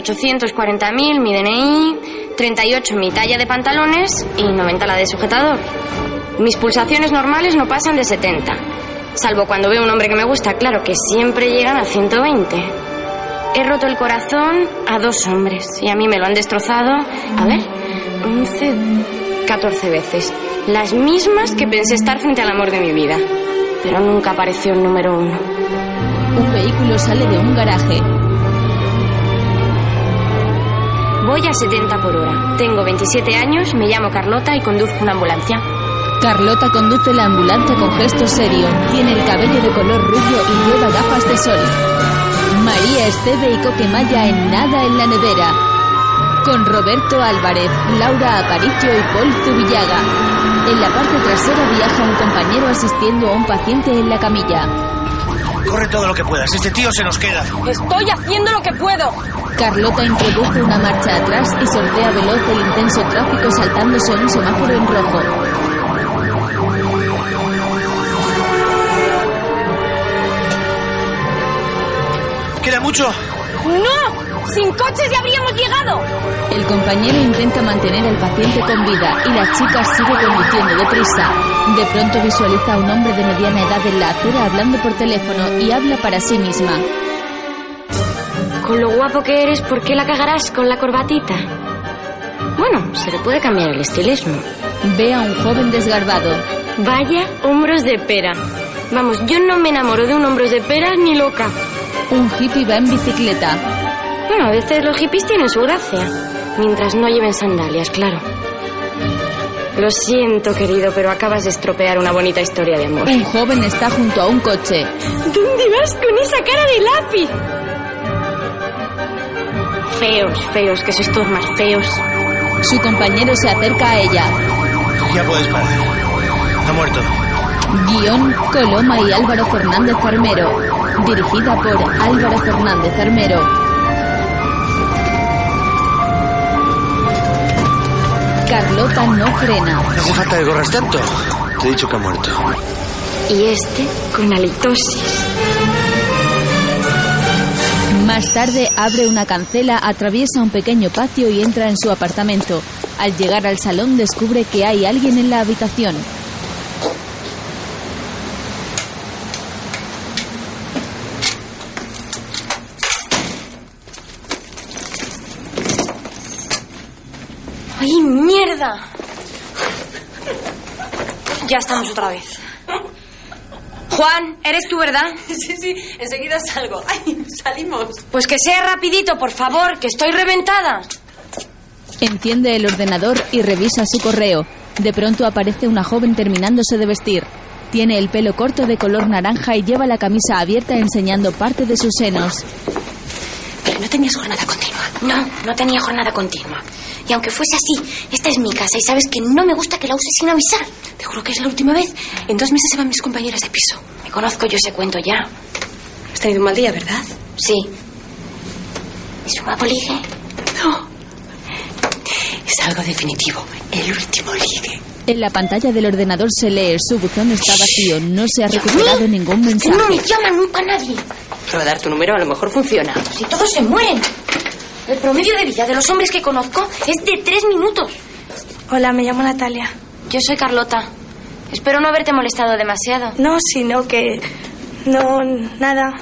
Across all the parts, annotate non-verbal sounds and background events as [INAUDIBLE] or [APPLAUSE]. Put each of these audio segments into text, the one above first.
20.840.000 mi DNI, 38 mi talla de pantalones y 90 la de sujetador. Mis pulsaciones normales no pasan de 70, salvo cuando veo un hombre que me gusta, claro que siempre llegan a 120. He roto el corazón a dos hombres y a mí me lo han destrozado, a ver, 11, 14 veces. Las mismas que pensé estar frente al amor de mi vida, pero nunca apareció el número uno. Un vehículo sale de un garaje. Voy a 70 por hora. Tengo 27 años, me llamo Carlota y conduzco una ambulancia. Carlota conduce la ambulancia con gesto serio. Tiene el cabello de color rubio y lleva gafas de sol. María Esteve y Coquemaya en nada en la nevera. Con Roberto Álvarez, Laura Aparicio y Paul Zubillaga. En la parte trasera viaja un compañero asistiendo a un paciente en la camilla. Corre todo lo que puedas, este tío se nos queda. Estoy haciendo lo que puedo. Carlota introduce una marcha atrás y sortea veloz el intenso tráfico saltándose un semáforo en rojo. ¿Queda mucho? ¡No! ¡Sin coches ya habríamos llegado! El compañero intenta mantener al paciente con vida y la chica sigue conduciendo deprisa. De pronto visualiza a un hombre de mediana edad en la acera hablando por teléfono y habla para sí misma. Con lo guapo que eres, ¿por qué la cagarás con la corbatita? Bueno, se le puede cambiar el estilismo. Ve a un joven desgarbado. Vaya, hombros de pera. Vamos, yo no me enamoro de un hombros de pera ni loca. Un hippie va en bicicleta. Bueno, a veces los hippies tienen su gracia. Mientras no lleven sandalias, claro. Lo siento, querido, pero acabas de estropear una bonita historia de amor. Un joven está junto a un coche. ¿Dónde vas con esa cara de lápiz? Feos, feos, que sois todos más feos. Su compañero se acerca a ella. Ya puedes parar. Ha muerto. Guión Coloma y Álvaro Fernández Armero. Dirigida por Álvaro Fernández Armero. Carlota no frena. No hace falta que corras tanto. Te he dicho que ha muerto. Y este con halitosis. Más tarde abre una cancela, atraviesa un pequeño patio y entra en su apartamento. Al llegar al salón descubre que hay alguien en la habitación. ¡Ay, mierda! Ya estamos otra vez. Juan, eres tú, [LAUGHS] ¿verdad? Sí, sí, enseguida salgo. ¡Ay, salimos! Pues que sea rapidito, por favor, que estoy reventada. Enciende el ordenador y revisa su correo. De pronto aparece una joven terminándose de vestir. Tiene el pelo corto de color naranja y lleva la camisa abierta enseñando parte de sus senos. Pero no tenías jornada continua. No, no tenía jornada continua. Y aunque fuese así, esta es mi casa y sabes que no me gusta que la uses sin avisar. Te juro que es la última vez. En dos meses se van mis compañeras de piso. Me conozco yo ese cuento ya. Has tenido un mal día, ¿verdad? Sí. ¿Es un guapo ligue? No. Es algo definitivo. El último ligue. En la pantalla del ordenador se lee su buzón está vacío, no se ha recuperado ningún Que no me mensaje. llama nunca nadie. Rodar tu número a lo mejor funciona. Si todos se mueren. El promedio de vida de los hombres que conozco es de tres minutos. Hola, me llamo Natalia. Yo soy Carlota. Espero no haberte molestado demasiado. No, sino que... No, nada.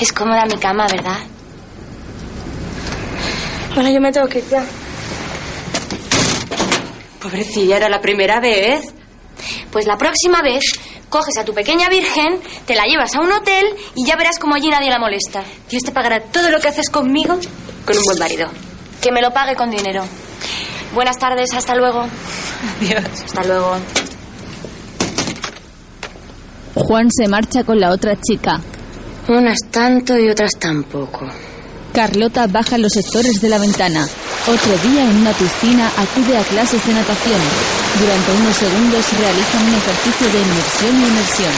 Es cómoda mi cama, ¿verdad? Bueno, yo me tengo que ir ya. Pobrecilla, era la primera vez. Pues la próxima vez coges a tu pequeña virgen, te la llevas a un hotel y ya verás cómo allí nadie la molesta. Dios te pagará todo lo que haces conmigo con un buen marido. Que me lo pague con dinero. Buenas tardes, hasta luego. Dios. Hasta luego. Juan se marcha con la otra chica. Unas tanto y otras tampoco. Carlota baja los sectores de la ventana. Otro día en una piscina acude a clases de natación. Durante unos segundos realizan un ejercicio de inmersión y inmersión.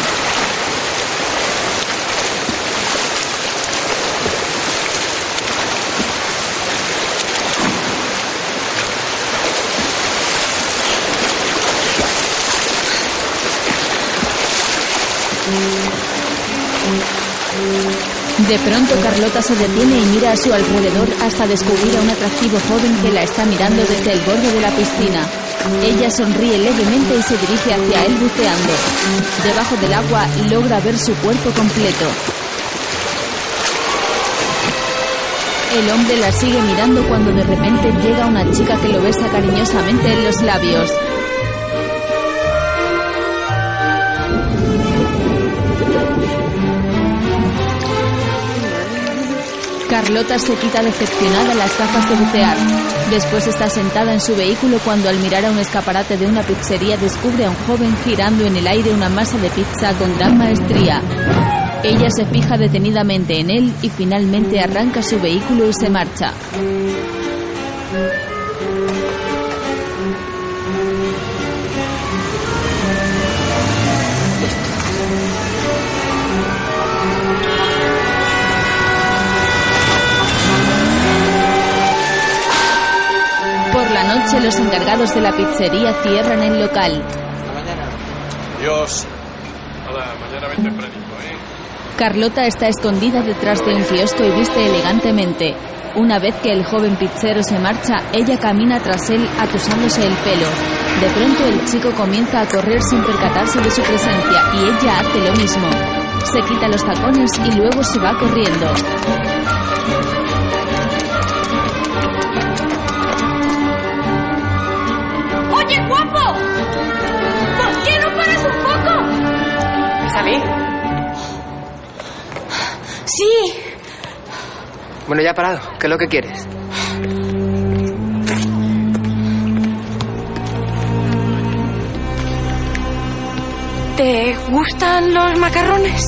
De pronto Carlota se detiene y mira a su alrededor hasta descubrir a un atractivo joven que la está mirando desde el borde de la piscina. Ella sonríe levemente y se dirige hacia él buceando. Debajo del agua logra ver su cuerpo completo. El hombre la sigue mirando cuando de repente llega una chica que lo besa cariñosamente en los labios. Carlota se quita decepcionada las gafas de bucear. Después está sentada en su vehículo cuando al mirar a un escaparate de una pizzería descubre a un joven girando en el aire una masa de pizza con gran maestría. Ella se fija detenidamente en él y finalmente arranca su vehículo y se marcha. Por la noche los encargados de la pizzería cierran el local. Dios. Hola, mañana ven tempranito, ¿eh? Carlota está escondida detrás de un kiosco y viste elegantemente. Una vez que el joven pizzero se marcha, ella camina tras él atusándose el pelo. De pronto el chico comienza a correr sin percatarse de su presencia y ella hace lo mismo. Se quita los tacones y luego se va corriendo. ¡Oye, guapo! ¿Por qué no paras un poco? ¿Es a mí? Sí, Bueno, ya he parado. ¿Qué es lo que quieres? ¿te gustan los macarrones?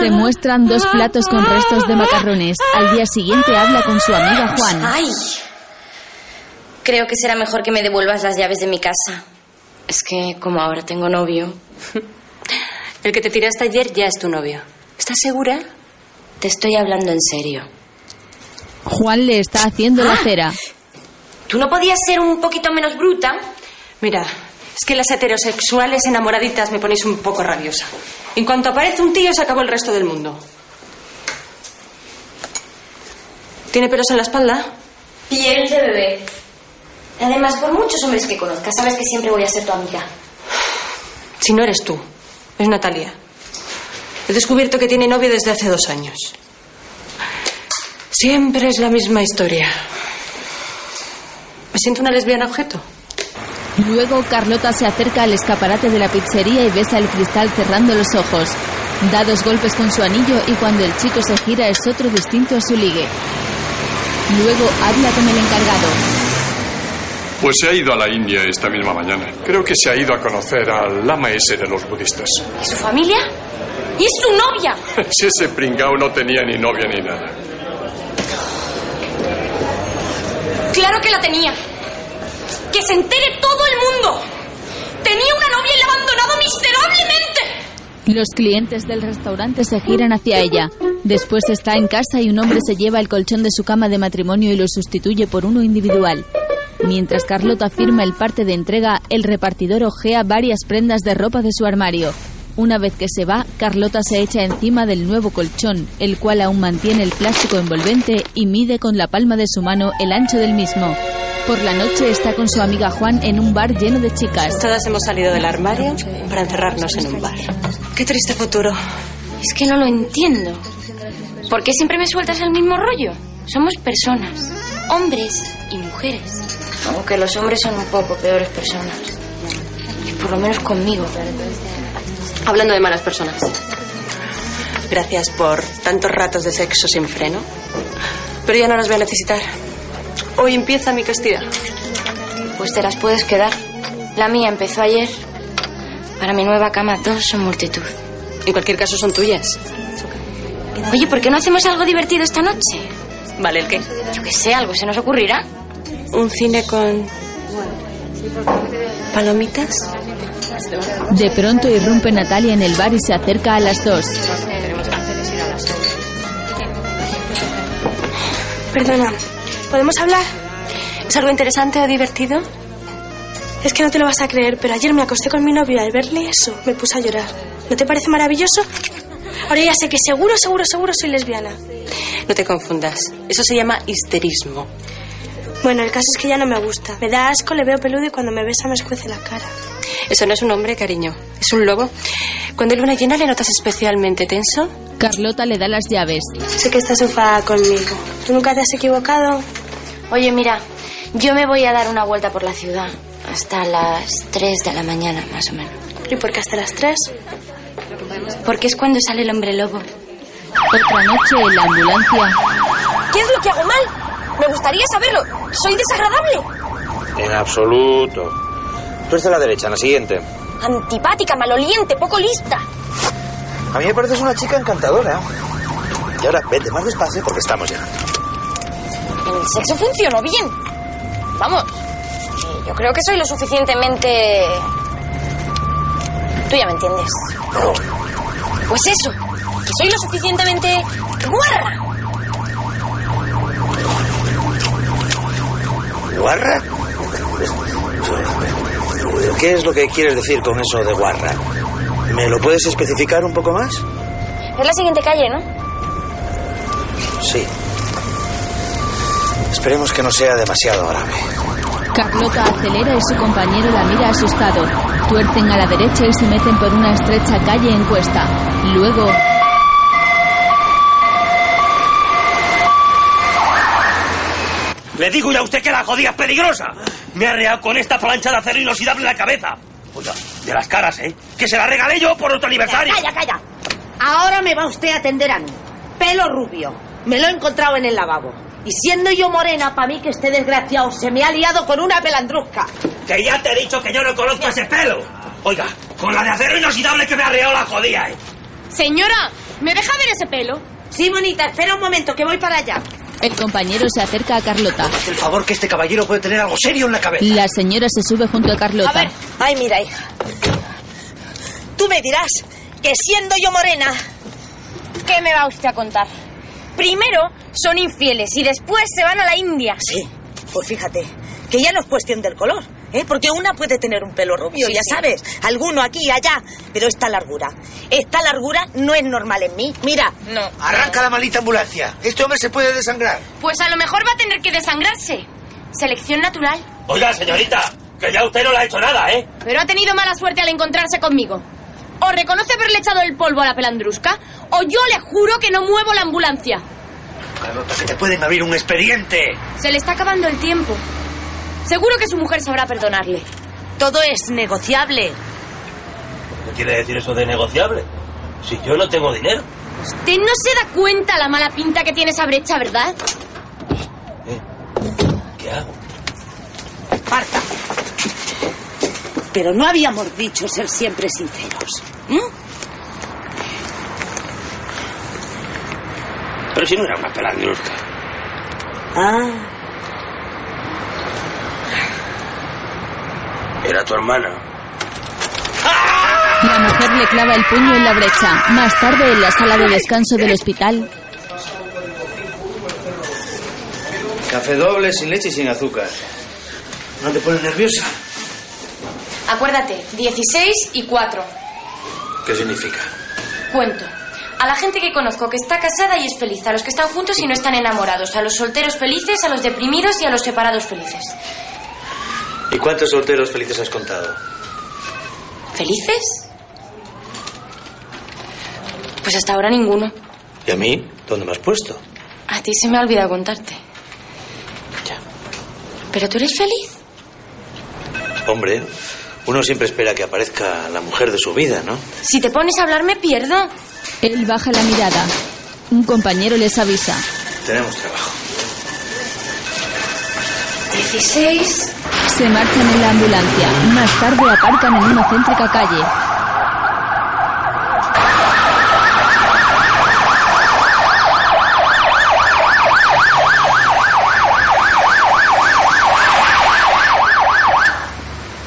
Se muestran dos platos con restos de macarrones. Al día siguiente habla con su amiga Juan. ¡Ay! Creo que será mejor que me devuelvas las llaves de mi casa. Es que como ahora tengo [LAUGHS] novio, El que te tiraste ayer ya es tu novio. ¿Estás segura? te estoy hablando en serio. Juan le está haciendo la cera. ¿Tú no podías ser un poquito menos bruta? Mira, es que las heterosexuales enamoraditas me ponéis un poco rabiosa. En cuanto aparece un tío, se acabó el resto del mundo. ¿Tiene pelos en la espalda? Piel de bebé. Además, por muchos hombres que conozcas, sabes que siempre voy a ser tu amiga. Si no eres tú, es Natalia. He descubierto que tiene novio desde hace dos años. Siempre es la misma historia. Me siento una lesbiana objeto. Luego Carlota se acerca al escaparate de la pizzería y besa el cristal cerrando los ojos. Da dos golpes con su anillo y cuando el chico se gira es otro distinto a su ligue. Luego habla con el encargado. Pues se ha ido a la India esta misma mañana. Creo que se ha ido a conocer al lama ese de los budistas. ¿Y su familia? ¿Y su novia? [LAUGHS] Si ese pringao no tenía ni novia ni nada. Claro que la tenía. Que se entere todo el mundo. Tenía una novia y la ha abandonado miserablemente. Los clientes del restaurante se giran hacia ella. Después está en casa y un hombre se lleva el colchón de su cama de matrimonio y lo sustituye por uno individual. Mientras Carlota firma el parte de entrega, el repartidor ojea varias prendas de ropa de su armario. Una vez que se va, Carlota se echa encima del nuevo colchón, el cual aún mantiene el plástico envolvente y mide con la palma de su mano el ancho del mismo. Por la noche está con su amiga Juan en un bar lleno de chicas. Todas hemos salido del armario para encerrarnos en un bar. Qué triste futuro. Es que no lo entiendo. ¿Por qué siempre me sueltas el mismo rollo? Somos personas, hombres y mujeres. Aunque los hombres son un poco peores personas. Y por lo menos conmigo. Hablando de malas personas. Gracias por tantos ratos de sexo sin freno. Pero ya no los voy a necesitar. Hoy empieza mi castidad. Pues te las puedes quedar. La mía empezó ayer. Para mi nueva cama todos son multitud. En cualquier caso son tuyas. Oye, ¿por qué no hacemos algo divertido esta noche? ¿Vale el qué? Yo que sé, algo se nos ocurrirá. Un cine con... ¿Palomitas? De pronto irrumpe Natalia en el bar y se acerca a las dos. Perdona, ¿podemos hablar? ¿Es algo interesante o divertido? Es que no te lo vas a creer, pero ayer me acosté con mi novio y al verle eso me puse a llorar. ¿No te parece maravilloso? Ahora ya sé que seguro, seguro, seguro soy lesbiana. No te confundas. Eso se llama histerismo. Bueno, el caso es que ya no me gusta. Me da asco, le veo peludo y cuando me besa me escuece la cara. Eso no es un hombre, cariño. Es un lobo. Cuando hay luna llena le notas especialmente tenso. Carlota le da las llaves. Sé que estás enfadada conmigo. ¿Tú nunca te has equivocado? Oye, mira, yo me voy a dar una vuelta por la ciudad. Hasta las 3 de la mañana, más o menos. ¿Y por qué hasta las tres? Porque es cuando sale el hombre lobo. Otra noche en la ambulancia. ¿Qué es lo que hago mal? Me gustaría saberlo. Soy desagradable. En absoluto. Tú eres de la derecha, en la siguiente. Antipática, maloliente, poco lista. A mí me pareces una chica encantadora. Y ahora vete más despacio porque estamos ya. El sexo funcionó bien. Vamos. eh, Yo creo que soy lo suficientemente... Tú ya me entiendes. Pues eso. Que soy lo suficientemente... ¡Guarra! ¿Guarra? ¿Qué es lo que quieres decir con eso de guarra? ¿Me lo puedes especificar un poco más? Es la siguiente calle, ¿no? Sí. Esperemos que no sea demasiado grave. Carlota acelera y su compañero la mira asustado. Tuercen a la derecha y se meten por una estrecha calle en cuesta. Luego, Le digo ya a usted que la jodida es peligrosa. Me ha arreado con esta plancha de acero inoxidable en la cabeza. Oiga, de las caras, ¿eh? Que se la regalé yo por otro aniversario. Calla, calla. Ahora me va usted a atender a mí. Pelo rubio. Me lo he encontrado en el lavabo. Y siendo yo morena, para mí que este desgraciado se me ha liado con una pelandrusca. Que ya te he dicho que yo no conozco ese pelo. Oiga, con la de acero inoxidable que me ha arreado la jodida, ¿eh? Señora, ¿me deja ver ese pelo? Sí, bonita, espera un momento, que voy para allá. el compañero se acerca a Carlota. Haz el favor que este caballero puede tener algo serio en la cabeza. La señora se sube junto a Carlota. Ay, mira, hija. Tú me dirás que siendo yo morena... ¿Qué me va usted a contar? Primero son infieles y después se van a la India. Sí, pues fíjate, que ya no es cuestión del color, ¿eh? Porque una puede tener un pelo rubio, ya sabes, alguno aquí, allá, pero esta largura, esta largura no es normal en mí. Mira, No. Arranca la malita ambulancia. Este hombre se puede desangrar. Pues a lo mejor va a tener que desangrarse. Selección natural. Oiga, señorita, que ya usted no le ha hecho nada, ¿eh? Pero ha tenido mala suerte al encontrarse conmigo. O reconoce haberle echado el polvo a la pelandrusca, o yo le juro que no muevo la ambulancia. Carlota, que te pueden abrir un expediente. Se le está acabando el tiempo. Seguro que su mujer sabrá perdonarle. todo es negociable. ¿Qué quiere decir eso de negociable? Si yo no tengo dinero. Usted no se da cuenta la mala pinta que tiene esa brecha, ¿verdad? ¿Qué hago? Parta. Pero no habíamos dicho ser siempre sinceros. Pero si no era una pelandrusca. Ah, Era tu hermana. La mujer le clava el puño en la brecha. Más tarde, en la sala de descanso del hospital, Café doble, sin leche y sin azúcar. ¿No te pones nerviosa? Acuérdate, 16 y 4. ¿Qué significa? Cuento. A la gente que conozco que está casada y es feliz, a los que están juntos y no están enamorados, a los solteros felices, a los deprimidos y a los separados felices. ¿Y cuántos solteros felices has contado? ¿Felices? Pues hasta ahora ninguno. ¿Y a mí? ¿Dónde me has puesto? A ti se me ha olvidado contarte. Ya. ¿Pero tú eres feliz? Hombre, uno siempre espera que aparezca la mujer de su vida, ¿no? Si te pones a hablar me pierdo. él baja la mirada. Un compañero les avisa. Tenemos trabajo. 16. Se marchan en la ambulancia. Más tarde aparcan en una céntrica calle.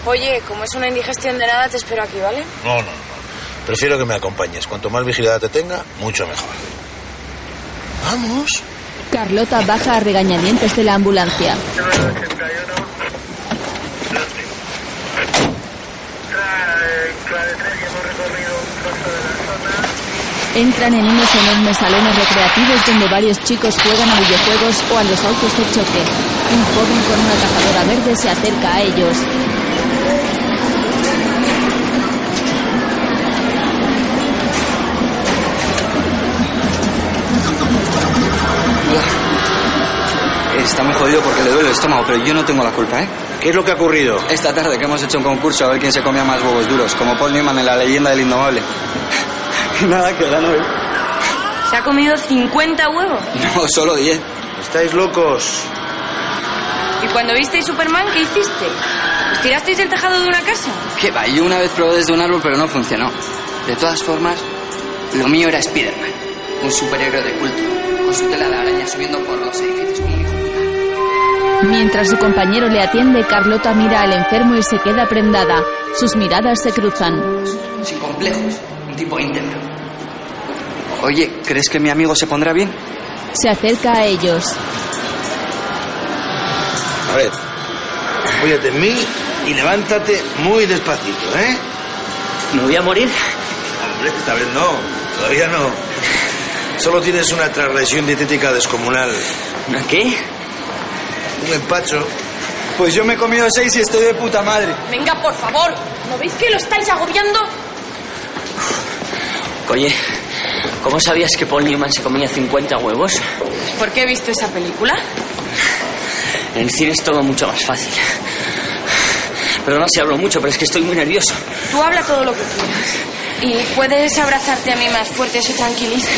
Oye, como es una indigestión de nada, te espero aquí, ¿vale? No, no, no. Prefiero que me acompañes. Cuanto más vigilada te tenga, mucho mejor. Vamos. Carlota baja a regañadientes de la ambulancia. Entran en unos enormes salones recreativos donde varios chicos juegan a videojuegos o a los autos de choque. Un joven con una cazadora verde se acerca a ellos. Está muy jodido porque le duele el estómago, pero yo no tengo la culpa, ¿eh? ¿Qué es lo que ha ocurrido? Esta tarde que hemos hecho un concurso a ver quién se comía más huevos duros, como Paul Newman en La leyenda del indomable. [LAUGHS] [LAUGHS] Nada que ganó, ¿eh? Se ha comido 50 huevos. No, solo 10. Estáis locos. ¿Y cuando visteis Superman, qué hiciste? ¿Os tirasteis del tejado de una casa? Qué va, yo una vez probé desde un árbol, pero no funcionó. De todas formas, lo mío era Spiderman, un superhéroe de culto, con su tela de araña subiendo por los edificios como un hijo puta. Mientras su compañero le atiende, Carlota mira al enfermo y se queda prendada. Sus miradas se cruzan. Sin complejos, un tipo íntegro. Oye, ¿crees que mi amigo se pondrá bien? Se acerca a ellos. A ver, apóyate en mí y levántate muy despacito, ¿eh? ¿Me voy a [LAUGHS] morir? Hombre, esta vez no, todavía no. Solo tienes una transgresión dietética descomunal. ¿Qué? Un empacho. Pues yo me he comido seis y estoy de puta madre. Venga, por favor. ¿No veis que lo estáis agobiando? Oye, ¿cómo sabías que Paul Newman se comía 50 huevos? Pues, ¿Por qué he visto esa película? En cine es todo mucho más fácil. Perdona si hablo mucho, pero es que estoy muy nervioso. Tú habla todo lo que quieras. Y puedes abrazarte a mí más fuerte, eso tranquiliza.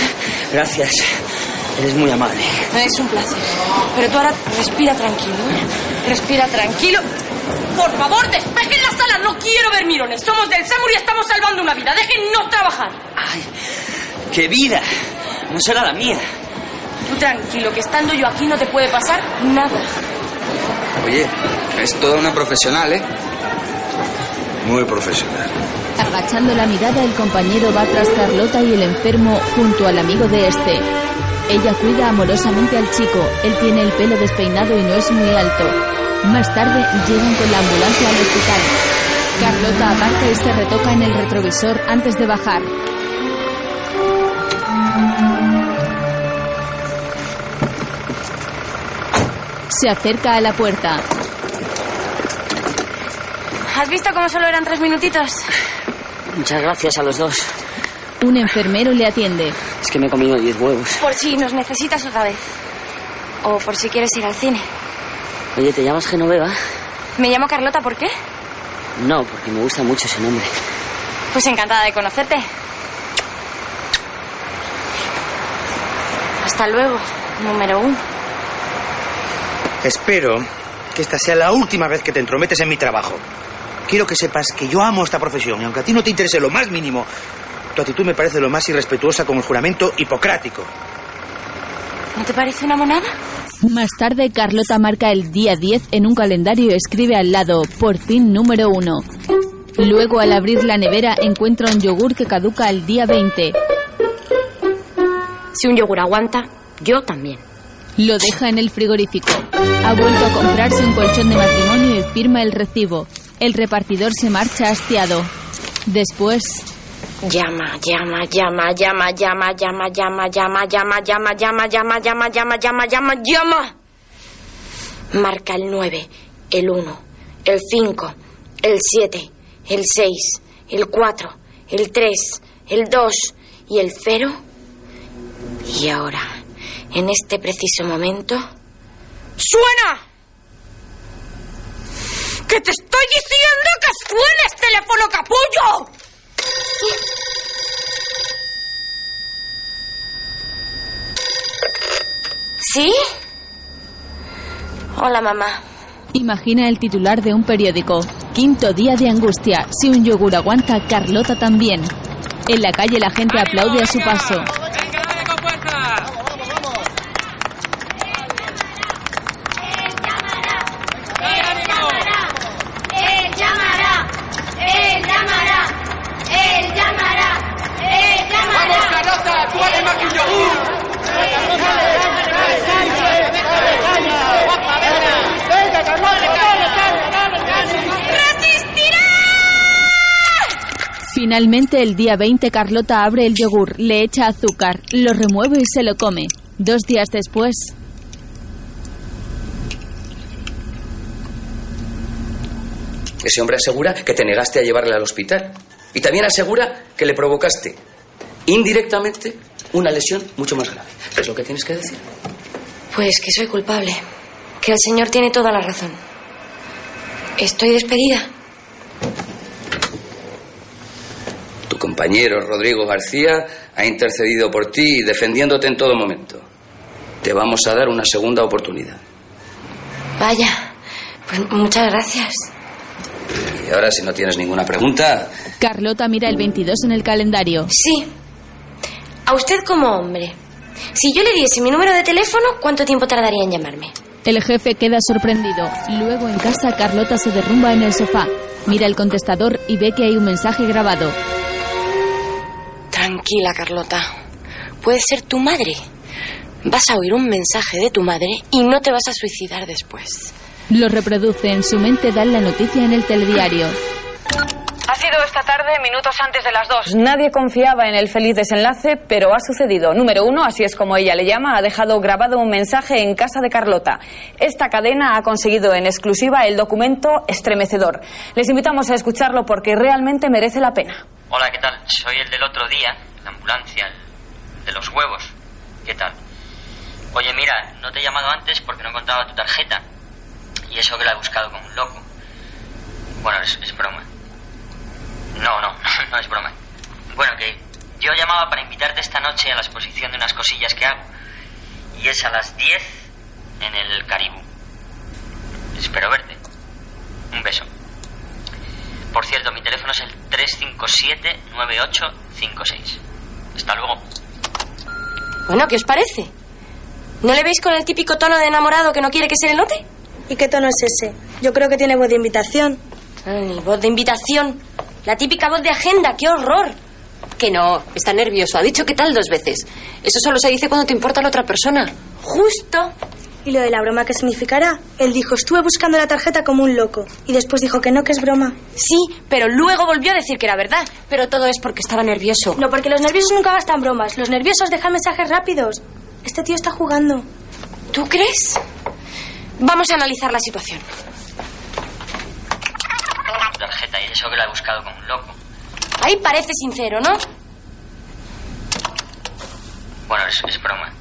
Gracias. Eres muy amable. Es un placer. Pero tú ahora respira tranquilo. Respira tranquilo. Por favor, despejen las salas. No quiero ver mirones. Somos del Samur y estamos salvando una vida. Déjennos trabajar. ¡Ay! ¡Qué vida! No será la mía. Tú tranquilo, que estando yo aquí no te puede pasar nada. Oye, es toda una profesional, ¿eh? Muy profesional. Agachando la mirada, el compañero va tras Carlota y el enfermo junto al amigo de este. Ella cuida amorosamente al chico. Él tiene el pelo despeinado y no es muy alto. Más tarde llegan con la ambulancia al hospital. Carlota aparta y se retoca en el retrovisor antes de bajar. Se acerca a la puerta. ¿Has visto cómo solo eran tres minutitos? Muchas gracias a los dos. Un enfermero le atiende. Es que me he comido 10 huevos. Por si nos necesitas otra vez. O por si quieres ir al cine. Oye, ¿te llamas Genoveva? Me llamo Carlota, ¿por qué? No, porque me gusta mucho ese nombre. Pues encantada de conocerte. Hasta luego, número uno. Espero que esta sea la última vez que te entrometes en mi trabajo. Quiero que sepas que yo amo esta profesión y aunque a ti no te interese lo más mínimo, tu actitud me parece lo más irrespetuosa con el juramento hipocrático. ¿No te parece una monada? Más tarde, Carlota marca el día 10 en un calendario y escribe al lado, por fin número 1. Luego, al abrir la nevera, encuentra un yogur que caduca al día 20. Si un yogur aguanta, yo también. Lo deja en el frigorífico. Ha vuelto a comprarse un colchón de matrimonio y firma el recibo. El repartidor se marcha hastiado. Después, Llama, llama, llama, llama, llama, llama, llama, llama, llama, llama, llama, llama, llama, llama, llama, llama, llama. Marca el 9, el 1, el 5, el 7, el 6, el 4, el 3, el 2 y el 0. Y ahora, en este preciso momento... ¡Suena! ¡Que te estoy diciendo que suenes, teléfono capullo! ¿Sí? Hola, mamá. Imagina el titular de un periódico. Quinto día de angustia. Si un yogur aguanta, Carlota también. En la calle la gente aplaude a su paso. Finalmente, el día 20, Carlota abre el yogur, le echa azúcar, lo remueve y se lo come. Dos días después, Ese hombre asegura que te negaste a llevarle al hospital. Y también asegura que le provocaste indirectamente una lesión mucho más grave. ¿Qué es lo que tienes que decir? Pues que soy culpable. Que el señor tiene toda la razón. Estoy despedida. Tu compañero Rodrigo García ha intercedido por ti y defendiéndote en todo momento. Te vamos a dar una segunda oportunidad. Vaya. Pues muchas gracias. Y ahora, si no tienes ninguna pregunta, Carlota mira el 22 en el calendario. Sí. A usted como hombre. Si yo le diese mi número de teléfono, ¿cuánto tiempo tardaría en llamarme? El jefe queda sorprendido. Luego en casa, Carlota se derrumba en el sofá. Mira el contestador y ve que hay un mensaje grabado. Tranquila, Carlota. Puede ser tu madre. Vas a oír un mensaje de tu madre y no te vas a suicidar después. Lo reproduce en su mente, dan la noticia en el telediario. Ha sido esta tarde, minutos antes de las dos. Pues Nadie confiaba en el feliz desenlace, pero ha sucedido. Número uno, así es como ella le llama, ha dejado grabado un mensaje en casa de Carlota. Esta cadena ha conseguido en exclusiva el documento estremecedor. Les invitamos a escucharlo porque realmente merece la pena. Hola, ¿qué tal? Soy el del otro día, la ambulancia, el de los huevos. ¿Qué tal? Oye, mira, no te he llamado antes porque no encontraba tu tarjeta. Y eso que la he buscado como un loco. Bueno, es, es broma. No, [LAUGHS] no, no es broma. Bueno, que yo llamaba para invitarte esta noche a la exposición de unas cosillas que hago. Y es a las 10 en el Caribú. Espero verte. Un beso. Por cierto, mi teléfono es el 357-9856. Hasta luego. Bueno, ¿qué os parece? ¿No le veis con el típico tono de enamorado que no quiere que se le note? ¿Y qué tono es ese? Yo creo que tiene voz de invitación. Ay, Ah, voz de invitación. La típica voz de agenda, qué horror. Que no, está nervioso. Ha dicho qué tal dos veces. Eso solo se dice cuando te importa la otra persona. Justo. ¿Y lo de la broma qué significará? Él dijo, estuve buscando la tarjeta como un loco. Y después dijo que no, que es broma. Sí, pero luego volvió a decir que era verdad. Ah, Pero todo es porque estaba nervioso. No, porque los nerviosos nunca gastan bromas. Los nerviosos dejan mensajes rápidos. Este tío está jugando. ¿Tú crees? Vamos a analizar la situación. Tu tarjeta y eso que la he buscado como un loco. Ahí parece sincero, ¿no? Bueno, es, es broma.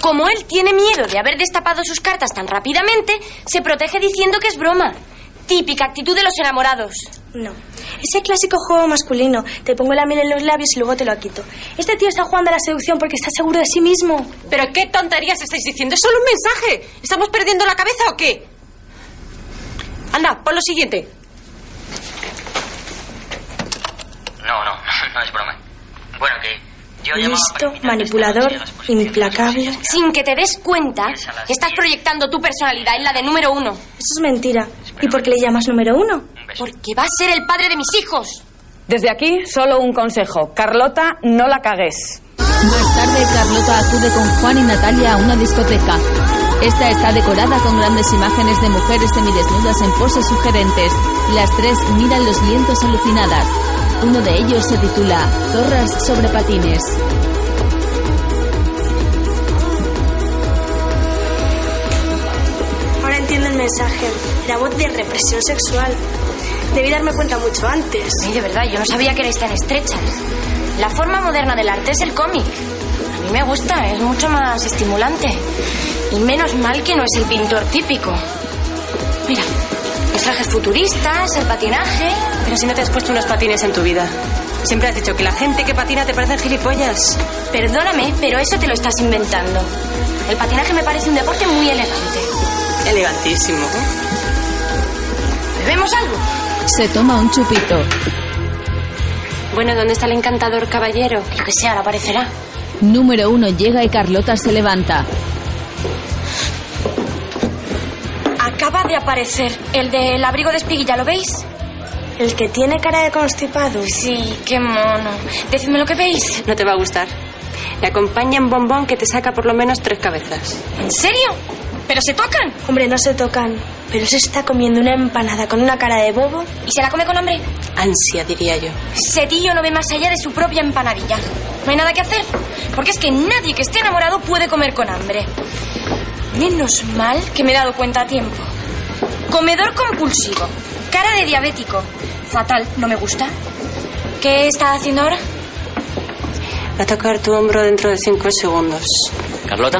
Como él tiene miedo de haber destapado sus cartas tan rápidamente, se protege diciendo que es broma. Típica actitud de los enamorados. No. Ese clásico juego masculino. Te pongo la miel en los labios y luego te lo quito. Este tío está jugando a la seducción porque está seguro de sí mismo. ¿Pero qué tonterías estáis diciendo? ¡Es solo un mensaje! ¿Estamos perdiendo la cabeza o qué? Anda, pon lo siguiente. No, [LAUGHS] no, no es broma. Bueno, que yo Mm. llamaba para Listo, invitarte manipulador, implacable. Sin que te des cuenta, estás proyectando tu personalidad en la de número uno. Eso es mentira. ¿Y por qué le llamas número uno? Porque va a ser el padre de mis hijos. Desde aquí, solo un consejo. Carlota, no la cagues. Más tarde, Carlota acude con Juan y Natalia a una discoteca. Esta está decorada con grandes imágenes de mujeres semidesnudas en poses sugerentes. Las tres miran los lienzos alucinadas. Uno de ellos se titula Zorras sobre patines. Ahora entiendo el mensaje. Era voz de represión sexual. Debí darme cuenta mucho antes. Sí, de verdad, yo no sabía que erais tan estrechas. La forma moderna del arte es el cómic. A mí me gusta, es mucho más estimulante. Y menos mal que no es el pintor típico. Mira, los trajes futuristas, el patinaje. Pero si no te has puesto unos patines en tu vida. Siempre has dicho que la gente que patina te parecen gilipollas. Perdóname, pero eso te lo estás inventando. El patinaje me parece un deporte muy elegante. Elegantísimo. ¿Bebemos algo? Se toma un chupito. Bueno, ¿dónde está el encantador caballero? Lo que sea, ahora aparecerá. Número uno llega y Carlota se levanta. Acaba de aparecer el del abrigo de espiguilla, ¿lo veis? El que tiene cara de constipado. Sí, qué mono. Decidme lo que veis. No te va a gustar. Le acompaña un bombón que te saca por lo menos tres cabezas. ¿En serio? ¿Pero se tocan? Hombre, no se tocan. Pero se está comiendo una empanada con una cara de bobo. ¿Y se la come con hambre? Ansia, diría yo. Ese tío no ve más allá de su propia empanadilla. No hay nada que hacer, porque es que nadie que esté enamorado puede comer con hambre. Menos mal que me he dado cuenta a tiempo. Comedor compulsivo, cara de diabético. Fatal, no me gusta. ¿Qué está haciendo ahora? Va a tocar tu hombro dentro de cinco segundos. Carlota,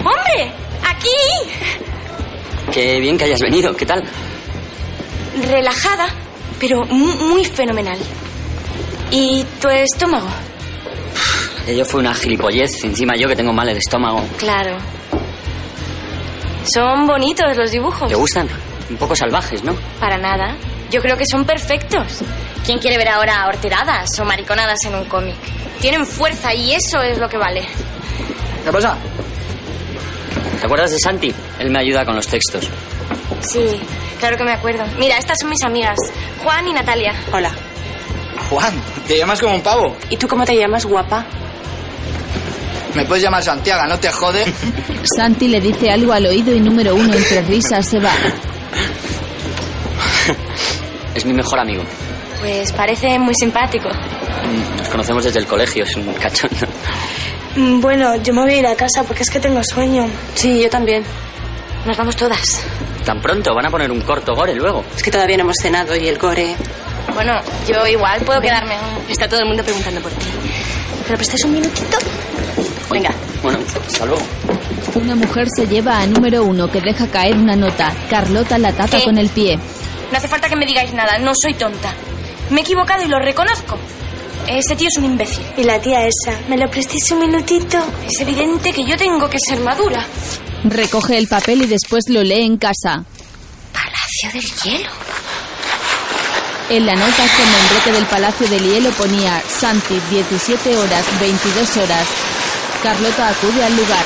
¡Hombre! ¡Aquí! qué bien que hayas venido. ¿Qué tal? Relajada, pero mu- muy fenomenal. ¿Y tu estómago? Ello fue una gilipollez. Encima yo que tengo mal el estómago. Claro. Son bonitos los dibujos. ¿Te gustan? Un poco salvajes, ¿no? Para nada. Yo creo que son perfectos. ¿Quién quiere ver ahora horteradas o mariconadas en un cómic? Tienen fuerza y eso es lo que vale. ¿Qué pasa? ¿Te acuerdas de Santi? Él me ayuda con los textos. Sí, claro que me acuerdo. Mira, estas son mis amigas, Juan y Natalia. Hola. Juan, te llamas como un pavo. ¿Y tú cómo te llamas, guapa? Me puedes llamar Santiago, no te [LAUGHS] jode. Santi le dice algo al oído y número uno entre risas se va. Es mi mejor amigo. Mm, Pues parece muy simpático. Nos conocemos desde el colegio, es un cachondo. Mm, Bueno, yo me voy a ir a casa porque es que tengo sueño. Sí, yo también. Nos vamos todas. [LAUGHS] Tan pronto, van a poner un corto gore luego. Es que todavía no hemos cenado y el gore. Bueno, yo igual puedo quedarme. Está todo el mundo preguntando por ti. ¿Pero prestáis un minutito? Venga. Bueno, hasta luego. Una mujer se lleva a número uno que deja caer una nota. Carlota la tapa ¿Qué? con el pie. No hace falta que me digáis nada, no soy tonta. Me he equivocado y lo reconozco. Ese tío es un imbécil. Y la tía esa, ¿me lo prestéis un minutito? Es evidente que yo tengo que ser madura. Recoge el papel y después lo lee en casa. Palacio del hielo. En la nota con el brote del Palacio del Hielo ponía Santi, 17 horas, 22 horas. Carlota acude al lugar.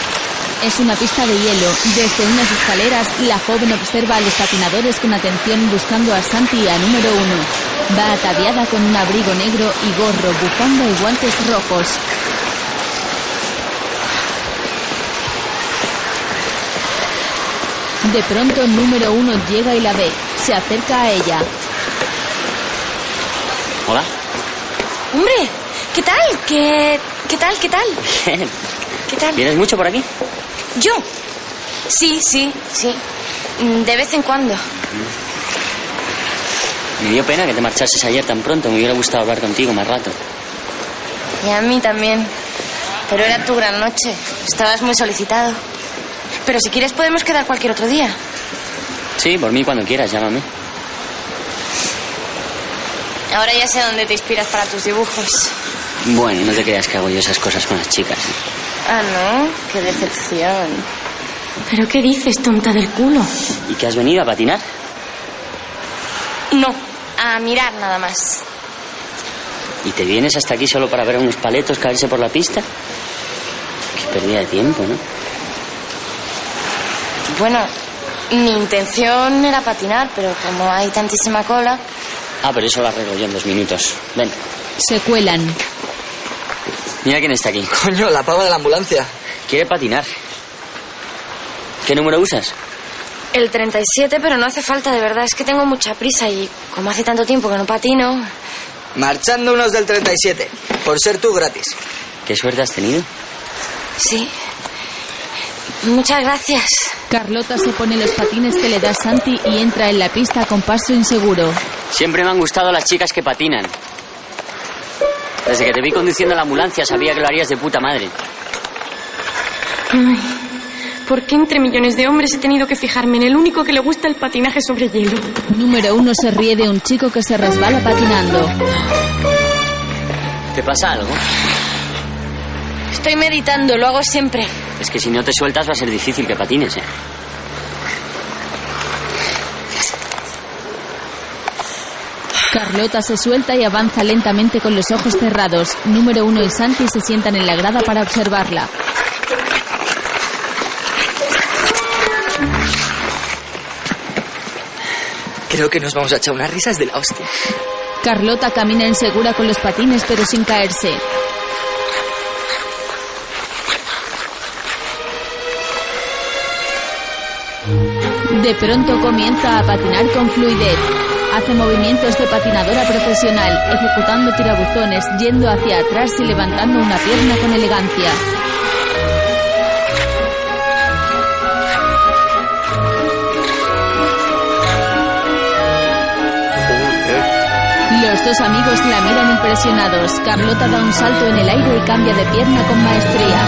Es una pista de hielo. Desde unas escaleras, la joven observa a los patinadores con atención buscando a Santi a número uno. Va ataviada con un abrigo negro y gorro, bufanda y guantes rojos. De pronto, número uno llega y la ve. Se acerca a ella. Hola. Hombre, ¿qué tal? ¿Qué, qué tal? ¿Qué tal? ¿Qué tal? ¿Vienes mucho por aquí? ¿Yo? Sí, sí, sí. Mm, De vez en cuando. Me dio pena que te marchases ayer tan pronto. Me hubiera gustado hablar contigo más rato. Y a mí también. Pero era tu gran noche. Estabas muy solicitado. Pero si quieres podemos quedar cualquier otro día. Sí, por mí cuando quieras, llámame. Ahora ya sé dónde te inspiras para tus dibujos. Bueno, no te creas que hago yo esas cosas con las chicas. Ah, no. Qué decepción. ¿Pero qué dices, tonta del culo? ¿Y que has venido a patinar? No. A mirar nada más. ¿Y te vienes hasta aquí solo para ver a unos paletos caerse por la pista? Qué pérdida de tiempo, ¿no? Bueno, mi intención era patinar, pero como hay tantísima cola... Ah, pero eso lo arreglo yo en dos minutos. Ven, Se cuelan. mira quién está aquí. [LAUGHS] Coño, la pava de la ambulancia. Quiere patinar. ¿Qué número usas? El 37, pero no hace falta, de verdad. Es que tengo mucha prisa y como hace tanto tiempo que no patino... Marchando unos del 37. Por ser tú gratis. ¿Qué suerte has tenido? Sí. Muchas gracias. Carlota se pone los patines que le da Santi y entra en la pista con paso inseguro. Siempre me han gustado las chicas que patinan. Desde que te vi conduciendo la ambulancia sabía que lo harías de puta madre. Ay, ¿por qué entre millones de hombres he tenido que fijarme en el único que le gusta el patinaje sobre hielo? Número uno se ríe de un chico que se resbala patinando. ¿Te pasa algo? Estoy meditando, lo hago siempre. Es que si no te sueltas va a ser difícil que patines, ¿eh? Carlota se suelta y avanza lentamente con los ojos cerrados. Número uno y Santi se sientan en la grada para observarla. Creo que nos vamos a echar unas risas de la hostia. Carlota camina insegura con los patines pero sin caerse. De pronto comienza a patinar con fluidez. Hace movimientos de patinadora profesional, ejecutando tirabuzones, yendo hacia atrás y levantando una pierna con elegancia. Los dos amigos la miran impresionados. Carlota da un salto en el aire y cambia de pierna con maestría.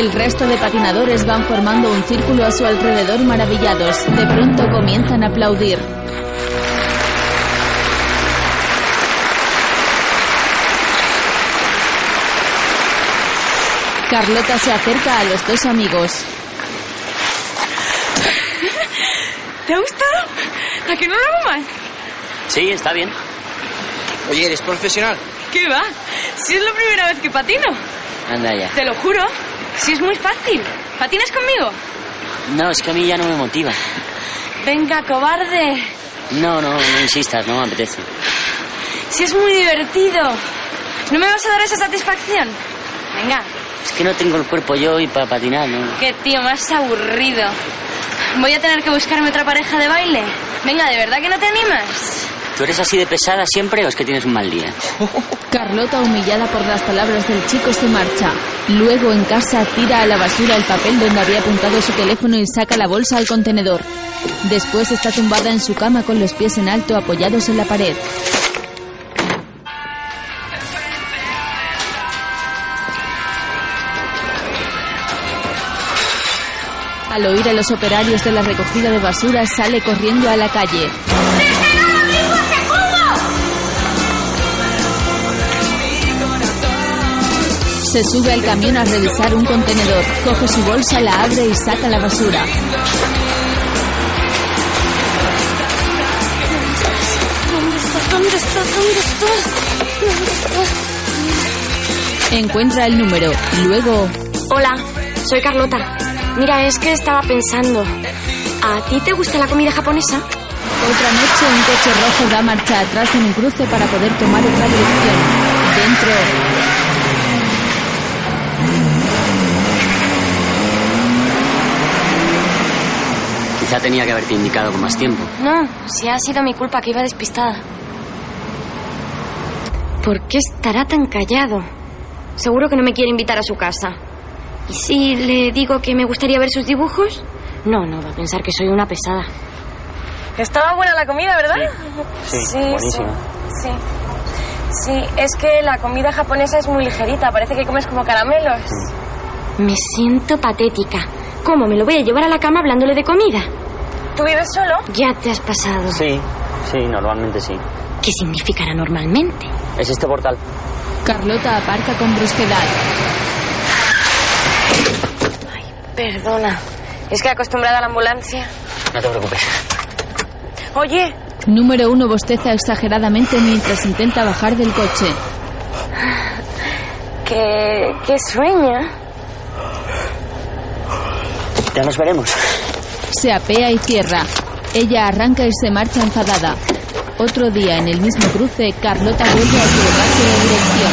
El resto de patinadores van formando un círculo a su alrededor maravillados. De pronto comienzan a aplaudir. Carlota se acerca a los dos amigos. ¿Te ha gustado? ¿A que no lo hago mal? Sí, está bien. Oye, ¿eres profesional? ¿Qué va? Si es la primera vez que patino. Anda ya. Te lo juro. Si es muy fácil. ¿Patinas conmigo? No, es que a mí ya no me motiva. Venga, cobarde. No, no, no insistas, no me apetece. Si es muy divertido. ¿No me vas a dar esa satisfacción? Venga. Es que no tengo el cuerpo yo y para patinar, ¿no? Qué tío más aburrido. Voy a tener que buscarme otra pareja de baile. Venga, ¿de verdad que no te animas? ¿Tú eres así de pesada siempre o es que tienes un mal día? Carlota, humillada por las palabras del chico, se marcha. Luego, en casa, tira a la basura el papel donde había apuntado su teléfono y saca la bolsa al contenedor. Después está tumbada en su cama con los pies en alto apoyados en la pared. Al oír a los operarios de la recogida de basura, sale corriendo a la calle. Se sube al camión a revisar un contenedor, coge su bolsa, la abre y saca la basura. ¿Dónde estás? ¿Dónde estás? ¿Dónde estás? ¿Dónde estás? Encuentra el número, luego... Hola, soy Carlota. Mira, es que estaba pensando. ¿A ti te gusta la comida japonesa? Otra noche un coche rojo da marcha atrás en un cruce para poder tomar otra dirección. Dentro... Quizá tenía que haberte indicado con más tiempo. No, si ha sido mi culpa que iba despistada. ¿Por qué estará tan callado? Seguro que no me quiere invitar a su casa. ¿Y si le digo que me gustaría ver sus dibujos? No, no, va a pensar que soy una pesada. Estaba buena la comida, ¿verdad? Sí, sí, buenísimo. sí. Sí, es que la comida japonesa es muy ligerita, parece que comes como caramelos. Me siento patética. ¿Cómo me lo voy a llevar a la cama hablándole de comida? ¿Tú vives solo? Ya te has pasado. Sí, sí, normalmente sí. ¿Qué significará normalmente? Es este portal. Carlota aparca con brusquedad. Perdona, es que acostumbrada a la ambulancia. No te preocupes. Oye, Número uno bosteza exageradamente mientras intenta bajar del coche. que, que sueña. Ya nos veremos. Se apea y cierra. Ella arranca y se marcha enfadada. Otro día, en el mismo cruce, Carlota vuelve a equivocarse de dirección.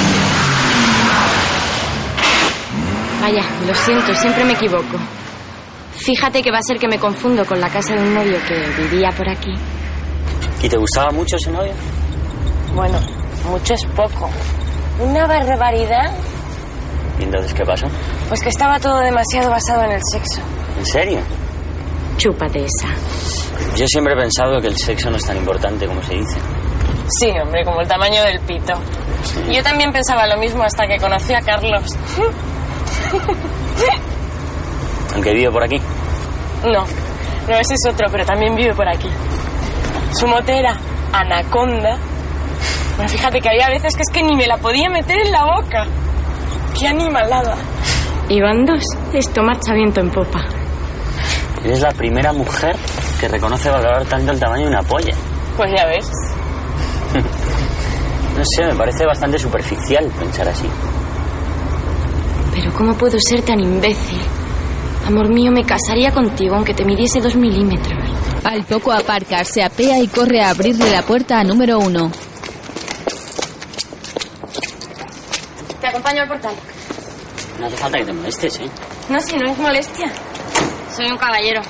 Vaya, lo siento, siempre me equivoco. Fíjate que va a ser que me confundo con la casa de un novio que vivía por aquí. ¿Y te gustaba mucho ese novio? Bueno, mucho es poco. Una barbaridad, ¿Y entonces qué pasó? pues que estaba todo demasiado basado en el sexo. ¿En serio? Chúpate esa. Yo siempre he pensado que el sexo no es tan importante como se dice. Sí, hombre, como el tamaño del pito. Yo también pensaba lo mismo hasta que conocí a Carlos. Aunque vivo por aquí. No, no, ese es otro, pero también vive por aquí. Su motera, Anaconda. Bueno, fíjate que había veces que es que ni me la podía meter en la boca. ¡Qué animalada! Y van dos. Esto marcha viento en popa. Eres la primera mujer que reconoce valorar tanto el tamaño de una polla. Pues ya ves. No sé, me parece bastante superficial pensar así. Pero ¿cómo puedo ser tan imbécil? Amor mío, me casaría contigo aunque te midiese dos milímetros. Al poco aparca, se apea y corre a abrirle la puerta a número uno. Te acompaño al portal. No hace falta que te molestes, ¿eh? No, si no es molestia. Soy un caballero.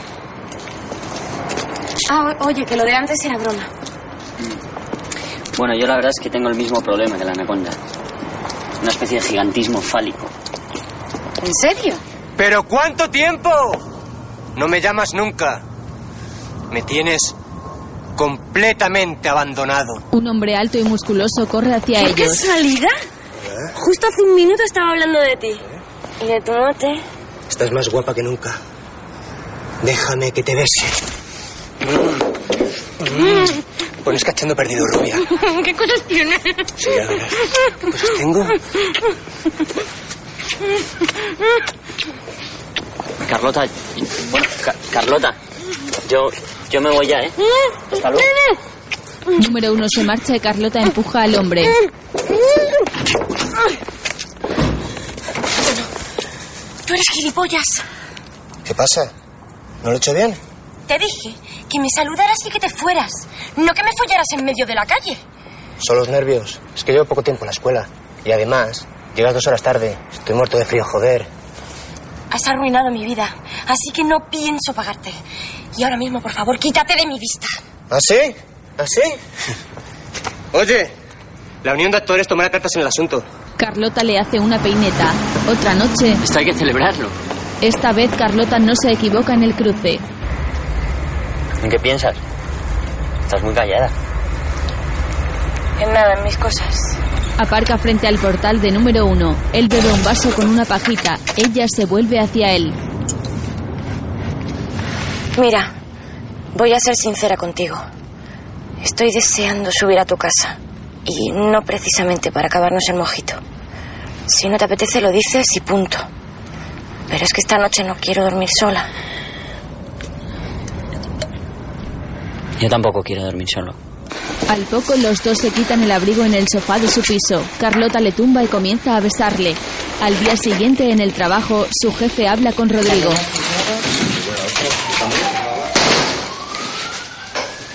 Ah, o- oye, que lo de antes era broma. Bueno, yo la verdad es que tengo el mismo problema que la anaconda. Una especie de gigantismo fálico. ¿En serio? ¿Pero cuánto tiempo? No me llamas nunca. Me tienes completamente abandonado. Un hombre alto y musculoso corre hacia ¿Qué ellos. casualidad? Justo hace un minuto estaba hablando de ti. Y de tu mote. Estás más guapa que nunca. Déjame que te bese. Mm. Pones cachando perdido, rubia. ¿Qué cosas tienes? ya verás. ¿Qué cosas tengo? Carlota, bueno, Ca- Carlota, yo, yo me voy ya, ¿eh? Hasta luego. Número uno se marcha y Carlota empuja al hombre. Tú eres gilipollas. ¿Qué pasa? ¿No lo he hecho bien? Te dije que me saludaras y que te fueras. No que me follaras en medio de la calle. Son los nervios. Es que llevo poco tiempo en la escuela. Y además, llegas dos horas tarde. Estoy muerto de frío, joder. Has arruinado mi vida. Así que no pienso pagarte. Y ahora mismo, por favor, quítate de mi vista. ¿Ah, sí? ¿Ah, sí? [LAUGHS] Oye, la unión de actores tomará cartas en el asunto. Carlota le hace una peineta. Otra noche. Esto hay que celebrarlo. Esta vez Carlota no se equivoca en el cruce. ¿En qué piensas? Estás muy callada. En nada, en mis cosas. Aparca frente al portal de número uno. Él bebe un vaso con una pajita. Ella se vuelve hacia él. Mira, voy a ser sincera contigo. Estoy deseando subir a tu casa. Y no precisamente para acabarnos el mojito. Si no te apetece, lo dices y punto. Pero es que esta noche no quiero dormir sola. Yo tampoco quiero dormir solo. Al poco los dos se quitan el abrigo en el sofá de su piso. Carlota le tumba y comienza a besarle. Al día siguiente en el trabajo, su jefe habla con Rodrigo.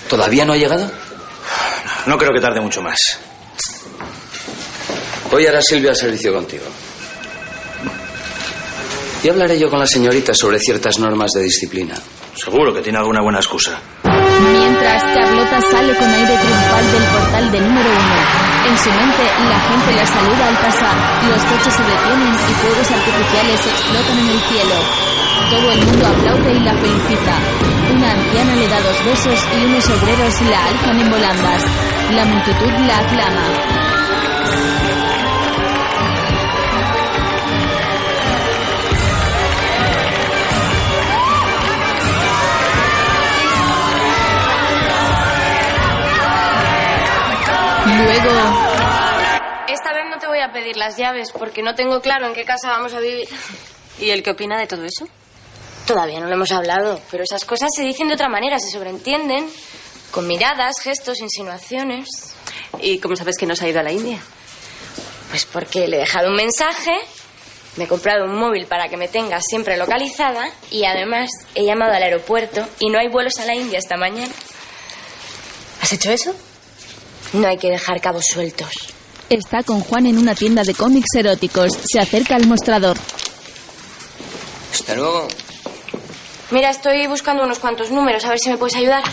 ¿Todavía no ha llegado? No creo que tarde mucho más. Voy ahora Silvia al servicio contigo. Y hablaré yo con la señorita sobre ciertas normas de disciplina. Seguro que tiene alguna buena excusa. Mientras Carlota sale con aire triunfal del portal de número uno. En su mente, la gente la saluda al pasar. Los coches se detienen y fuegos artificiales explotan en el cielo. Todo el mundo aplaude y la felicita. Una anciana le da dos besos y unos obreros la alzan en volandas. La multitud la aclama. Luego, Esta vez no te voy a pedir las llaves porque no tengo claro en qué casa vamos a vivir. ¿Y el qué opina de todo eso? Todavía no lo hemos hablado, pero esas cosas se dicen de otra manera, se sobreentienden, con miradas, gestos, insinuaciones. ¿Y cómo sabes que no se ha ido a la India? Pues porque le he dejado un mensaje, me he comprado un móvil para que me tenga siempre localizada y además he llamado al aeropuerto y no hay vuelos a la India esta mañana. ¿Has hecho eso? No hay que dejar cabos sueltos. está con Juan en una tienda de cómics eróticos. Se acerca al mostrador. Hasta luego. Mira, estoy buscando unos cuantos números, a ver si me puedes ayudar.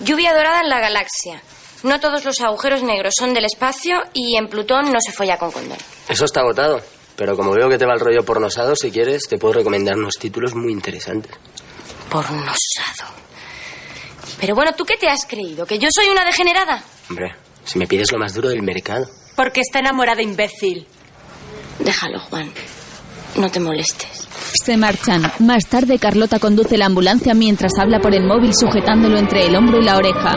Lluvia dorada en la galaxia. No todos los agujeros negros son del espacio y en Plutón no se folla con condón. Eso está agotado. Pero como veo que te va el rollo pornosado, si quieres, te puedo recomendar unos títulos muy interesantes. Pornosado. Pero bueno, ¿tú qué te has creído? ¿Que yo soy una degenerada? Hombre, si me pides lo más duro del mercado. Porque está enamorada, imbécil. Déjalo, Juan. No te molestes. Se marchan. Más tarde, Carlota conduce la ambulancia mientras habla por el móvil sujetándolo entre el hombro y la oreja.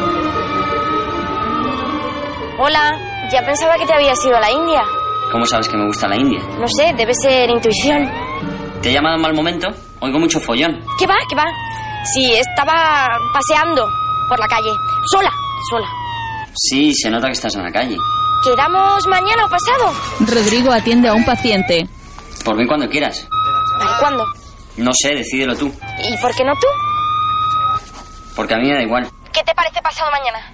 Hola, ya pensaba que te habías ido a la India. ¿Cómo sabes que me gusta la India? No sé, debe ser intuición. ¿Te he llamado en mal momento? Oigo mucho follón. ¿Qué va? ¿Qué va? Sí, estaba paseando por la calle. Sola, sola. Sí, se nota que estás en la calle. ¿Quedamos mañana o pasado? Rodrigo atiende a un paciente. Por mí cuando quieras. ¿Para cuándo? No sé, decídelo tú. ¿Y por qué no tú? Porque a mí me da igual. ¿Qué te parece pasado mañana?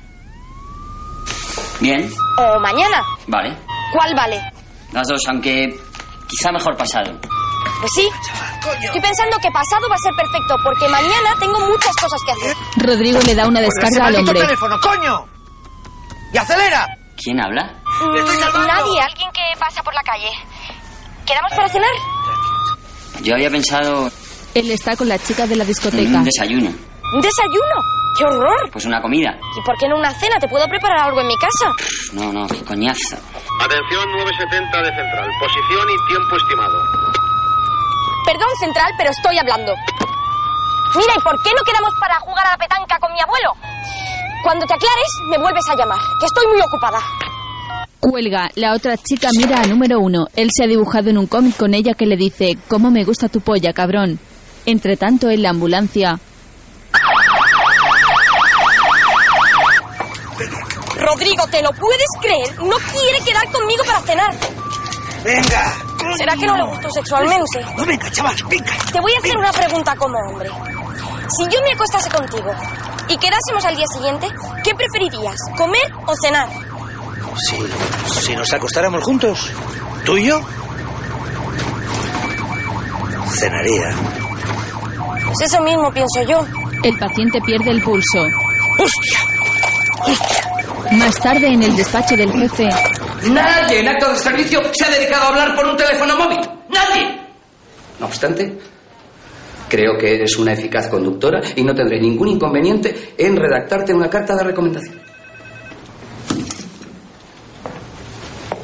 Bien, ¿O mañana? vale. ¿Cuál vale? Las dos, aunque quizá mejor pasado. Pues sí. Estoy pensando que pasado va a ser perfecto porque mañana tengo muchas cosas que hacer. Rodrigo le da una descarga al hombre. teléfono, coño! ¡Y acelera! ¿Quién habla? Mm, Nadie, alguien que pasa por la calle. ¿Quedamos para cenar? Yo había pensado Él está con la chica de la en Mm. discoteca. un desayuno. ¿Un desayuno? ¡Qué horror! Pues una comida. ¿Y por qué no una cena? ¿Te puedo preparar algo en mi casa? No, no, qué coñazo. Atención 970 de central. Posición y tiempo estimado. Perdón, Central, pero estoy hablando. Mira, ¿y por qué no quedamos para jugar a la petanca con mi abuelo? Cuando te aclares, me vuelves a llamar, que estoy muy ocupada. Cuelga, la otra chica mira a número uno. Él se ha dibujado en un cómic con ella que le dice, ¿cómo me gusta tu polla, cabrón? Entre tanto, en la ambulancia, Rodrigo, ¿te lo puedes creer? No quiere quedar conmigo para cenar. Venga. ¿Será que no le gustó sexualmente? No, venga, chaval, venga. Te voy a hacer una pregunta como hombre. Si yo me acostase contigo y quedásemos al día siguiente, ¿qué preferirías, comer o cenar? Si, si nos acostáramos juntos, tú y yo, cenaría. Pues eso mismo pienso yo. el paciente pierde el pulso. Más tarde, en el despacho del jefe, Nadie en acto de servicio se ha dedicado a hablar por un teléfono móvil. Nadie. No obstante, creo que eres una eficaz conductora y no tendré ningún inconveniente en redactarte una carta de recomendación.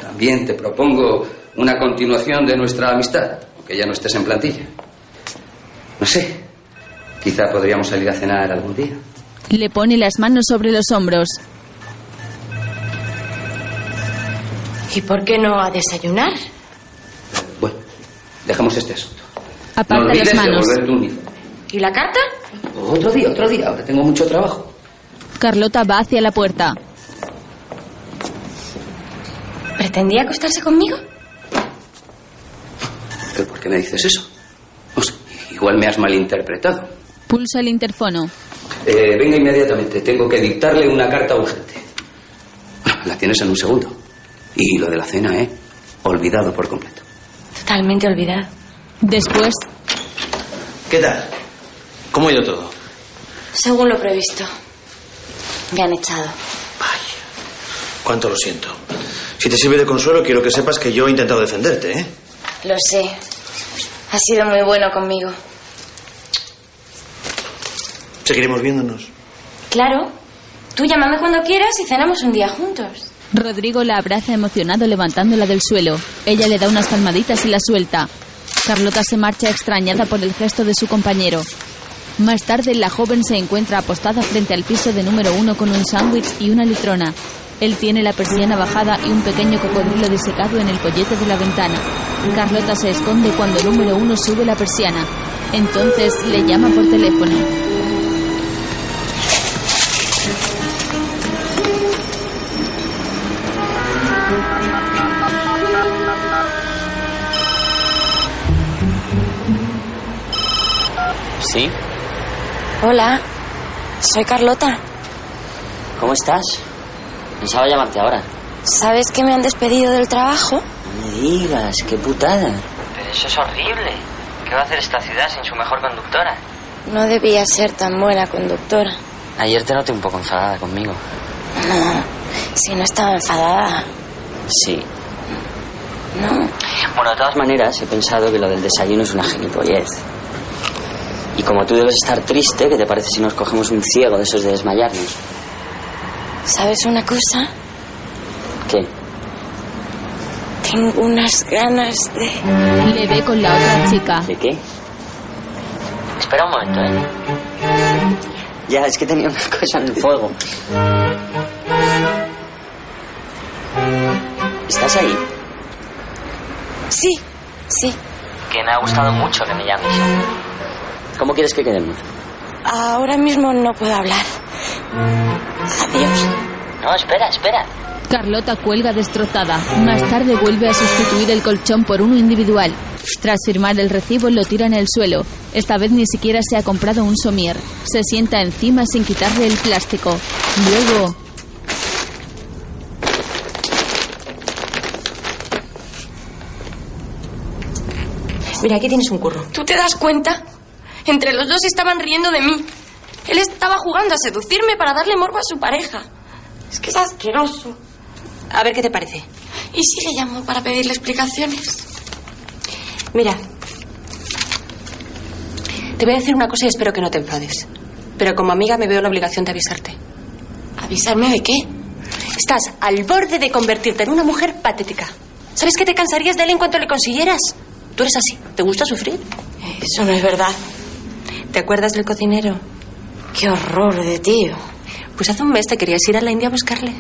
También te propongo una continuación de nuestra amistad, aunque ya no estés en plantilla. No sé, quizá podríamos salir a cenar algún día. le pone las manos sobre los hombros. ¿Y por qué no a desayunar? Dejamos este asunto. no Aparta olvides las manos. devolver tu uniforme. ¿Y la carta? Otro día, otro día. Ahora tengo mucho trabajo. Carlota va hacia la puerta. ¿Pretendía acostarse conmigo? ¿Pero por qué me dices eso? O sea, igual me has malinterpretado. Pulsa el interfono. Eh, venga inmediatamente, tengo que dictarle una carta urgente. Ah, La tienes en un segundo. Y lo de la cena, ¿eh? Olvidado por completo. Totalmente olvidada. Después, ¿Qué tal? ¿Cómo ha ido todo? Según lo previsto. Me han echado. Cuánto lo siento. Si te sirve de consuelo, quiero que sepas que yo he intentado defenderte, ¿eh? Lo sé. Ha sido muy bueno conmigo. Seguiremos viéndonos. Claro. Tú llámame cuando quieras y cenamos un día juntos. Rodrigo la abraza emocionado levantándola del suelo. Ella le da unas palmaditas y la suelta. Carlota se marcha extrañada por el gesto de su compañero. Más tarde, la joven se encuentra apostada frente al piso de número uno con un sándwich y una litrona. Él tiene la persiana bajada y un pequeño cocodrilo disecado en el collete de la ventana. Carlota se esconde cuando el número uno sube la persiana. Entonces le llama por teléfono. ¿Sí? Hola, soy Carlota. ¿Cómo estás? Pensaba llamarte ahora. ¿Sabes que me han despedido del trabajo? No me digas, qué putada. Pero eso es horrible. ¿Qué va a hacer esta ciudad sin su mejor conductora? No debía ser tan buena conductora. Ayer te noté un poco enfadada conmigo. No, [LAUGHS] si no estaba enfadada. Sí. Bueno, de todas maneras, he pensado que lo del desayuno es una gilipollez. Y como tú debes estar triste, ¿qué te parece si nos cogemos un ciego de esos de desmayarnos? ¿Sabes una cosa? ¿Qué? Tengo unas ganas de... Le ve con la otra chica. ¿De qué? Espera un momento, ¿eh? Ya, es que tenía una cosa en el fuego. ¿Estás ahí? Sí, sí. Que me ha gustado mucho que me llames. ¿Cómo quieres que quedemos? Ahora mismo no puedo hablar. Adiós. No, espera, espera. Carlota cuelga destrozada. Más tarde vuelve a sustituir el colchón por uno individual. Tras firmar el recibo lo tira en el suelo. Esta vez ni siquiera se ha comprado un somier. Se sienta encima sin quitarle el plástico. Luego, Mira, aquí tienes un curro. ¿Tú te das cuenta? Entre los dos estaban riendo de mí. Él estaba jugando a seducirme para darle morbo a su pareja. Es que es asqueroso. A ver qué te parece. ¿Y si le llamo para pedirle explicaciones? Mira. Te voy a decir una cosa y espero que no te enfades. Pero como amiga me veo la obligación de avisarte. ¿Avisarme de qué? Estás al borde de convertirte en una mujer patética. ¿Sabes que te cansarías de él en cuanto le consiguieras? Tú eres así. ¿Te gusta sufrir? Eso no es verdad. ¿Te acuerdas del cocinero? Qué horror de tío. Pues hace un mes te querías ir a la India a buscarle.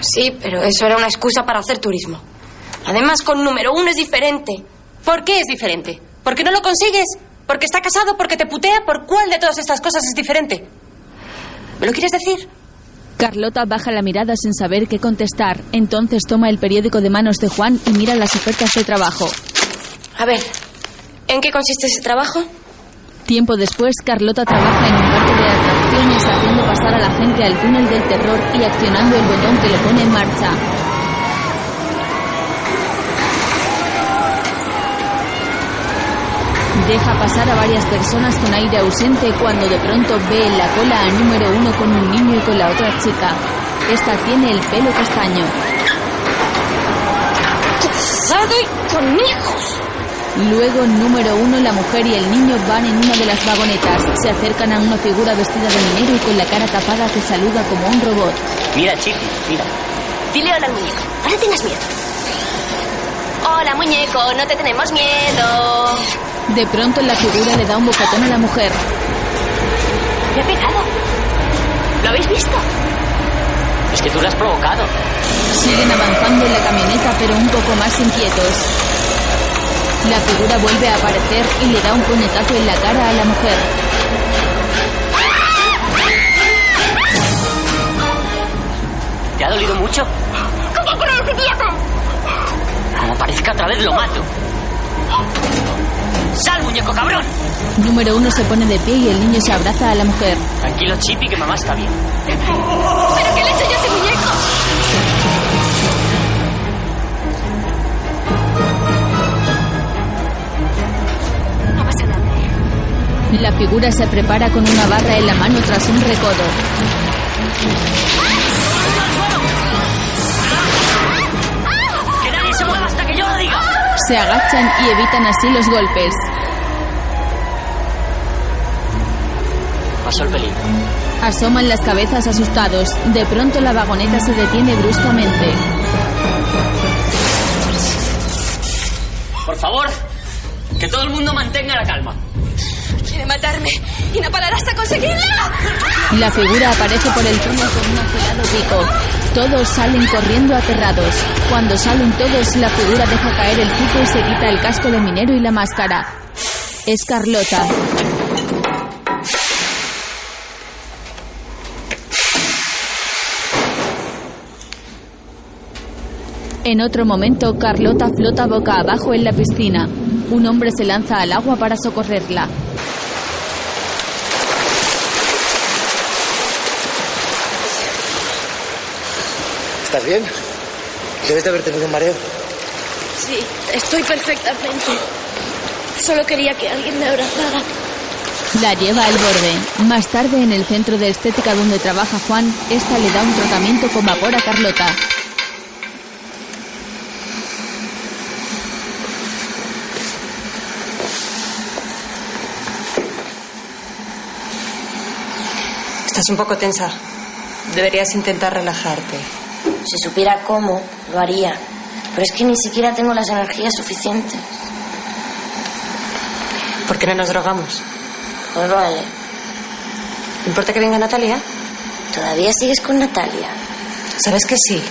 Sí, pero eso era una excusa para hacer turismo. Además, con número uno es diferente. ¿Por qué es diferente? ¿Por qué no lo consigues? ¿Porque está casado? ¿Porque te putea? ¿Por cuál de todas estas cosas es diferente? ¿Me lo quieres decir? Carlota baja la mirada sin saber qué contestar. Entonces toma el periódico de manos de Juan y mira las ofertas de trabajo. A ver, ¿en qué consiste ese trabajo? Tiempo después, Carlota trabaja en un parque de atracciones haciendo pasar a la gente al túnel del terror y accionando el botón que lo pone en marcha. Deja pasar a varias personas con aire ausente cuando de pronto ve en la cola a número uno con un niño y con la otra chica. Esta tiene el pelo castaño. ¡Casado y con hijos! Luego, número uno, la mujer y el niño van en una de las vagonetas. Se acercan a una figura vestida de minero y con la cara tapada que saluda como un robot. Mira, chico, mira. Dile hola al muñeco. Ahora tengas miedo. Hola, muñeco, no te tenemos miedo. De pronto, la figura le da un bocatón a la mujer. Le he pegado. ¿Lo habéis visto? Es que tú lo has provocado. Siguen avanzando en la camioneta, pero un poco más inquietos. La figura vuelve a aparecer y le da un puñetazo en la cara a la mujer. ¿Te ha dolido mucho? ¿Cómo crees, idiota? Como Ah, parezca otra vez lo mato. ¡Sal, muñeco cabrón! Número uno se pone de pie y el niño se abraza a la mujer. Tranquilo, Chippy, que mamá está bien. ¿Pero qué le he hecho yo a ese muñeco? La figura se prepara con una barra en la mano tras un recodo. ¡Que nadie se mueva hasta que yo lo diga! Se agachan y evitan así los golpes. Pasó el peligro. Asoman las cabezas asustados. De pronto la vagoneta se detiene bruscamente. Por favor, que todo el mundo mantenga la calma. Quiere matarme y no parará hasta conseguirla. La figura aparece por el túnel con un afilado pico. Todos salen corriendo aterrados. Cuando salen todos, la figura deja caer el pico y se quita el casco de minero y la máscara. Es Carlota. En otro momento, Carlota flota boca abajo en la piscina. Un hombre se lanza al agua para socorrerla. ¿Estás bien? Debes de haber tenido un mareo. Sí, estoy perfectamente. Solo quería que alguien me abrazara. La lleva al borde. Más tarde, en el centro de estética donde trabaja Juan, esta le da un tratamiento con vapor a Carlota. Estás un poco tensa. Deberías intentar relajarte. Si supiera cómo, lo haría. Pero es que ni siquiera tengo las energías suficientes. ¿Por qué no nos drogamos? Pues vale. ¿Te importa que venga Natalia? ¿Todavía sigues con Natalia? ¿Sabes que sí?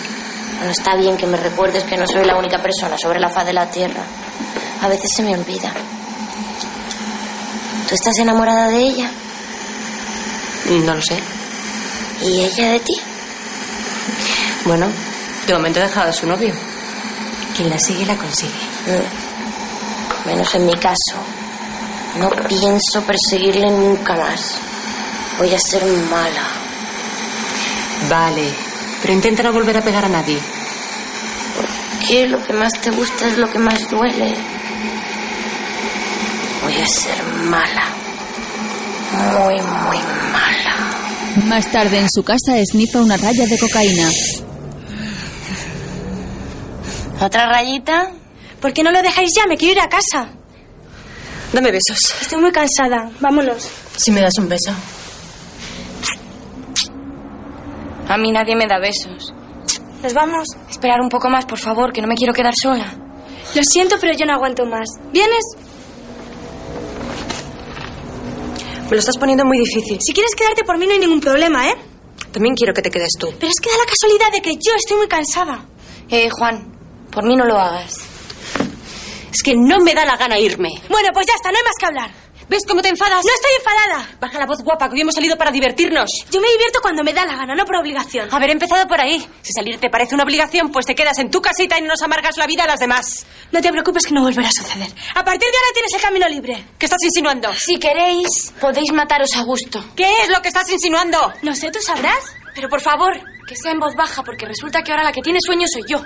No está bien que me recuerdes que no soy la única persona sobre la faz de la Tierra. A veces se me olvida. ¿Tú estás enamorada de ella? No lo sé. ¿Y ella de ti? Bueno, de momento he dejado a su novio. Quien la sigue, la consigue. No. Menos en mi caso. No pienso perseguirle nunca más. Voy a ser mala. Vale, pero intenta no volver a pegar a nadie. ¿Por qué lo que más te gusta es lo que más duele? Voy a ser mala. Muy, muy mala. Más tarde en su casa esnifa una raya de cocaína. ¿Otra rayita? ¿Por qué no lo dejáis ya? Me quiero ir a casa. Dame besos. Estoy muy cansada. Vámonos. Si me das un beso. A mí nadie me da besos. ¿Nos vamos? Esperar un poco más, por favor, que no me quiero quedar sola. Lo siento, pero yo no aguanto más. ¿Vienes? Me lo estás poniendo muy difícil. Si quieres quedarte por mí no hay ningún problema, ¿eh? También quiero que te quedes tú. Pero es que da la casualidad de que yo estoy muy cansada. Eh, Juan, por mí no lo hagas. Es que no me da la gana irme. Bueno, pues ya está, no hay más que hablar. ¿Ves cómo te enfadas? No estoy enfadada. Baja la voz guapa, que hoy hemos salido para divertirnos. Yo me divierto cuando me da la gana, no por obligación. Haber empezado por ahí. Si salir te parece una obligación, pues te quedas en tu casita y nos amargas la vida a las demás. No te preocupes que no volverá a suceder. A partir de ahora tienes el camino libre. ¿Qué estás insinuando? Si queréis, podéis mataros a gusto. ¿Qué es lo que estás insinuando? No sé, tú sabrás. Pero por favor, que sea en voz baja, porque resulta que ahora la que tiene sueño soy yo.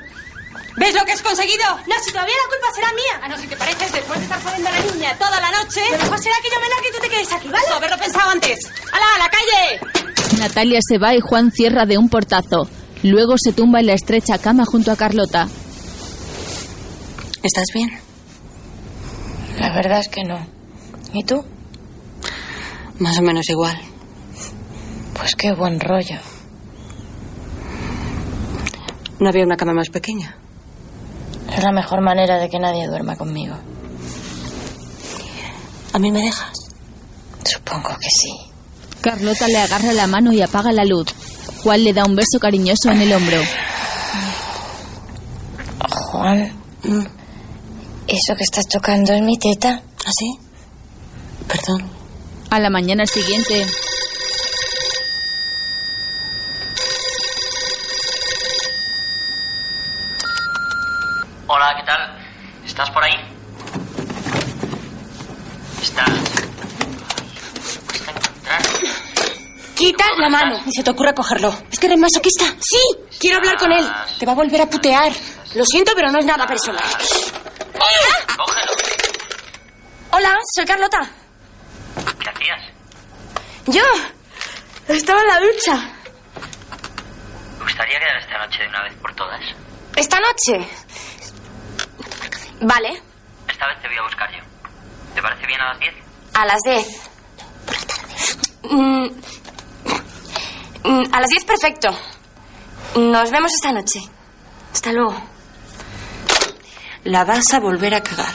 ¿Ves lo que has conseguido? No, si todavía la culpa será mía. Ah, no, si te pareces, después de estar jodiendo a la niña toda la noche... Lo mejor será que yo me largue y tú te quedes aquí, ¿vale? Eso, Pues haberlo pensado antes. ¡Hala, a la calle! Natalia se va y Juan cierra de un portazo. Luego se tumba en la estrecha cama junto a Carlota. ¿Estás bien? La verdad es que no. ¿Y tú? Más o menos igual. Pues qué buen rollo. ¿No había una cama más pequeña? Es la mejor manera de que nadie duerma conmigo. ¿A mí me dejas? Supongo que sí. Carlota le agarra la mano y apaga la luz. Juan le da un beso cariñoso en el hombro. Juan, Mm. eso que estás tocando es mi teta. ¿Ah, sí? Perdón. A la mañana siguiente, Hola, ¿qué tal? ¿Estás por ahí? Estás. Quita la mano. Ni se te ocurra cogerlo. Es que eres masoquista. Sí, quiero hablar con él. Te va a volver a putear. Lo siento, pero no es nada personal. Hola, soy Carlota. ¿Qué hacías? Yo estaba en la ducha. Me gustaría quedar esta noche de una vez por todas. ¿Esta noche? Vale, Esta vez te voy a buscar yo. ¿Te parece bien a las 10? a las 10. Mm, mm, A las 10, perfecto. Nos vemos esta noche. Hasta luego. La vas a volver a cagar.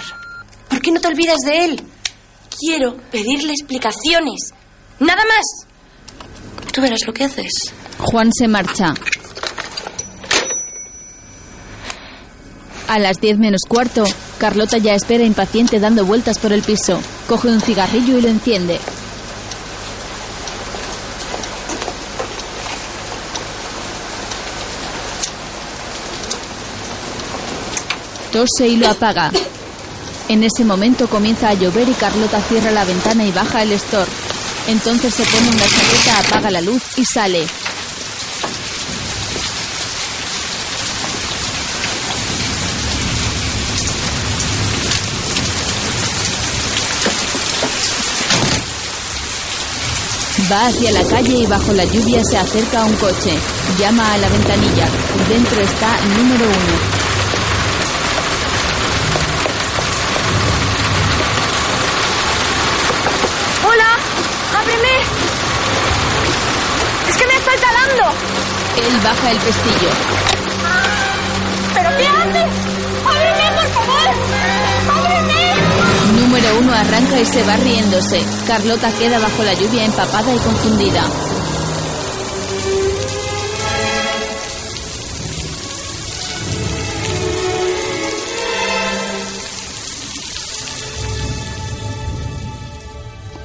¿Por qué no te olvidas de él? Quiero pedirle explicaciones. Nada más. Tú verás lo que haces. Juan se marcha. A las 10 menos cuarto, Carlota ya espera impaciente dando vueltas por el piso. Coge un cigarrillo y lo enciende. Tose y lo apaga. En ese momento comienza a llover y Carlota cierra la ventana y baja el store. Entonces se pone una chaqueta, apaga la luz y sale. Va hacia la calle y bajo la lluvia se acerca a un coche. Llama a la ventanilla. Dentro está número uno. Hola, ábreme. Es que me está talando. Él baja el pestillo. ¿Pero qué haces? Ábreme, por favor. Ábreme. Número uno arranca y se va riéndose. Carlota queda bajo la lluvia empapada y confundida.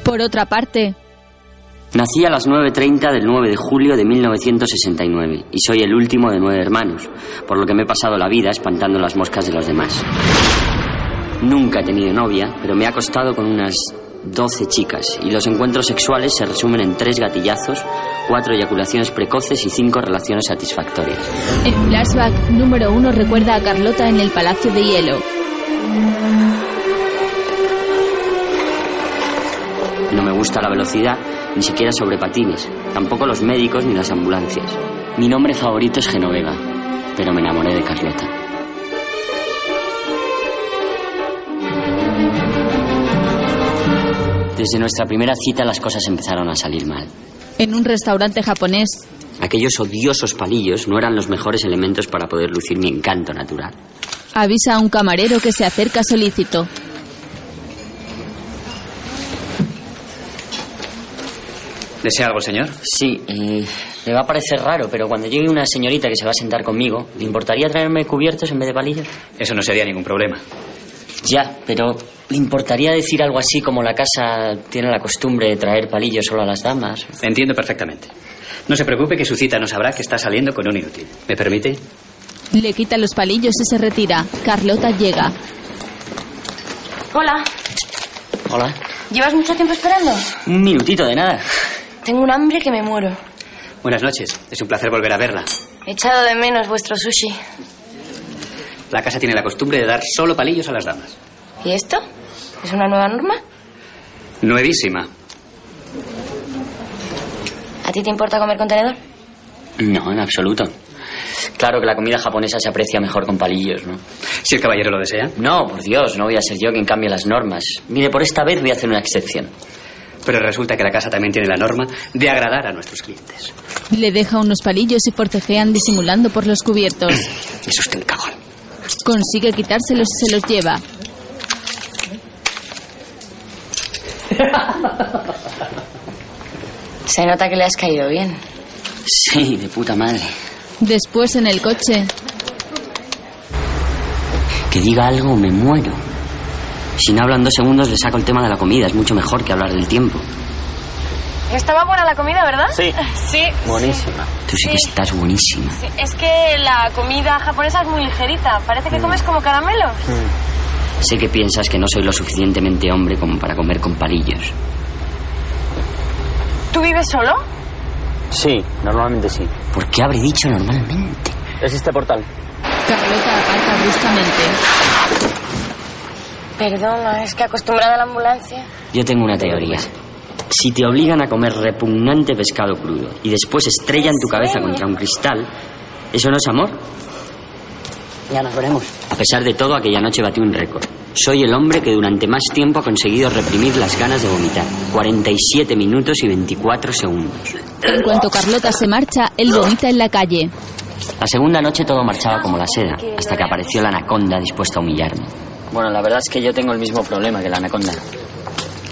Por otra parte, Nací a las 9.30 del 9 de julio de 1969 y soy el último de nueve hermanos, por lo que me he pasado la vida espantando las moscas de los demás. Nunca he tenido novia, pero me he acostado con unas 12 chicas y los encuentros sexuales se resumen en tres gatillazos, cuatro eyaculaciones precoces y cinco relaciones satisfactorias. en flashback número uno recuerda a Carlota en el Palacio de Hielo. gusta la velocidad, ni siquiera sobre patines, tampoco los médicos ni las ambulancias. Mi nombre favorito es Genoveva, pero me enamoré de Carlota. Desde nuestra primera cita las cosas empezaron a salir mal. En un restaurante japonés, Aquellos odiosos palillos no eran los mejores elementos para poder lucir mi encanto natural. avisa a un camarero que se acerca solícito. ¿Desea algo, señor? Sí, eh, le va a parecer raro, pero cuando llegue una señorita que se va a sentar conmigo, ¿le importaría traerme cubiertos en vez de palillos? Eso no sería ningún problema. Ya, pero ¿le importaría decir algo así como la casa tiene la costumbre de traer palillos solo a las damas? Entiendo perfectamente. No se preocupe que su cita no sabrá que está saliendo con un inútil. ¿Me permite? Le quita los palillos y se retira. Carlota llega. Hola, Hola. ¿llevas mucho tiempo esperando? Un minutito de nada. Tengo un hambre que me muero. Buenas noches. Es un placer volver a verla. He echado de menos vuestro sushi. La casa tiene la costumbre de dar solo palillos a las damas. ¿Y esto? ¿Es una nueva norma? Nuevísima. ¿A ti te importa comer con tenedor? No, en absoluto. Claro que la comida japonesa se aprecia mejor con palillos, ¿no? Si el caballero lo desea. No, por Dios, no voy a ser yo quien cambie las normas. Mire, por esta vez voy a hacer una excepción. Pero resulta que la casa también tiene la norma de agradar a nuestros clientes. Le deja unos palillos y forcejean disimulando por los cubiertos. Es usted un cagón. Consigue quitárselos y se los lleva. Se nota que le has caído bien. Sí, de puta madre. Después en el coche, Que diga algo, me muero. Si no hablan dos segundos, le saco el tema de la comida. Es mucho mejor que hablar del tiempo. Estaba buena la comida, ¿verdad? Sí. [LAUGHS] Sí. Buenísima. Tú sí que Sí. estás buenísima. sí. Es que la comida japonesa es muy ligerita. Parece que comes como caramelo. Mm. Sé que piensas que no soy lo suficientemente hombre como para comer con palillos. ¿Tú vives solo? Sí, normalmente sí. ¿Por qué habré dicho normalmente? Es este portal. Carlota aparta bruscamente. Perdona, es que acostumbrada a la ambulancia. Yo tengo una teoría. Si te obligan a comer repugnante pescado crudo y después estrellan tu cabeza contra un cristal, ¿eso no es amor? Ya nos veremos. A pesar de todo, aquella noche batí un récord. Soy el hombre que durante más tiempo ha conseguido reprimir las ganas de vomitar. 47 minutos y 24 segundos. En cuanto Carlota se marcha, él vomita en la calle. La segunda noche todo marchaba como la seda, hasta que apareció la anaconda dispuesta a humillarme. Bueno, la verdad es que yo tengo el mismo problema que la anaconda.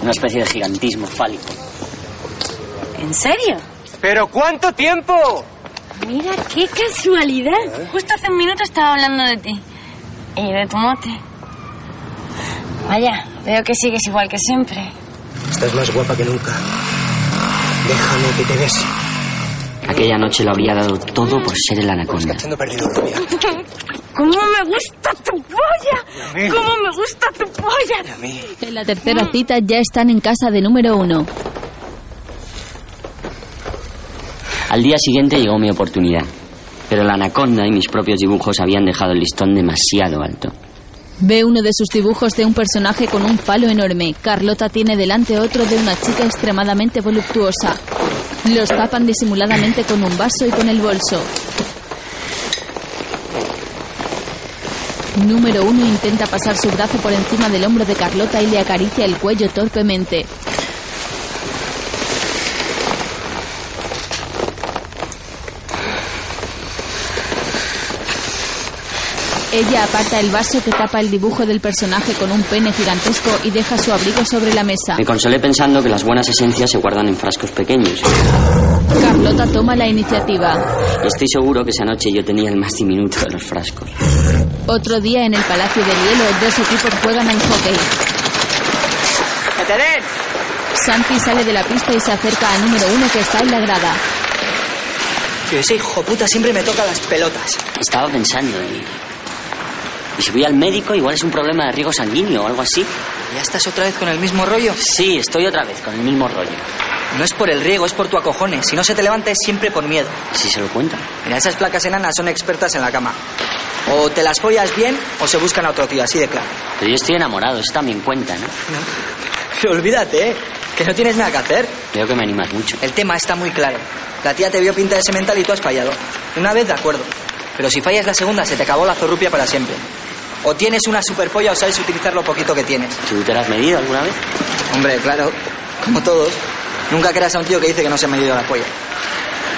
Una especie de gigantismo fálico. ¿En serio? ¿Pero cuánto tiempo? Mira, qué casualidad. Eh. Justo hace un minuto estaba hablando de ti. Y de tu mote. Vaya, veo que sigues igual que siempre. Estás más guapa que nunca. Déjame que te bese. Aquella noche lo habría dado todo por ser el anaconda. ¿Cómo me gusta tu polla? ¿Cómo me gusta tu polla? En la tercera cita ya están en casa de número uno. Al día siguiente llegó mi oportunidad, pero la anaconda y mis propios dibujos habían dejado el listón demasiado alto. Ve uno de sus dibujos de un personaje con un falo enorme. Carlota tiene delante otro de una chica extremadamente voluptuosa. Los tapan disimuladamente con un vaso y con el bolso. Número uno intenta pasar su brazo por encima del hombro de Carlota y le acaricia el cuello torpemente. Ella aparta el vaso que tapa el dibujo del personaje con un pene gigantesco y deja su abrigo sobre la mesa. Me consolé pensando que las buenas esencias se guardan en frascos pequeños. Carlota toma la iniciativa. Estoy seguro que esa noche yo tenía el más diminuto de los frascos. Otro día en el Palacio del Hielo, dos equipos juegan al hockey. Santi sale de la pista y se acerca a número uno que está en la grada. Que ese hijo puta siempre me toca las pelotas. Estaba pensando y... Y si voy al médico, igual es un problema de riego sanguíneo o algo así. ¿Ya estás otra vez con el mismo rollo? Sí, estoy otra vez con el mismo rollo. No es por el riego, es por tu acojones. Si no se te levanta es siempre por miedo. Si se lo cuento. Mira, esas placas enanas son expertas en la cama. O te las follas bien o se buscan a otro tío, así de claro. [LAUGHS] Pero yo estoy enamorado, eso también cuenta, ¿no? Pero olvídate, ¿eh? Que no tienes nada que hacer. Veo que me animas mucho. El tema está muy claro. La tía te vio pintar ese mental y tú has fallado. Una vez de acuerdo. Pero si fallas la segunda, se te acabó la zorrupia para siempre. O tienes una superpolla o sabes utilizar lo poquito que tienes. ¿Tú te lo has medido alguna vez? Hombre, claro, como todos. Nunca creas a un tío que dice que no se ha medido la polla.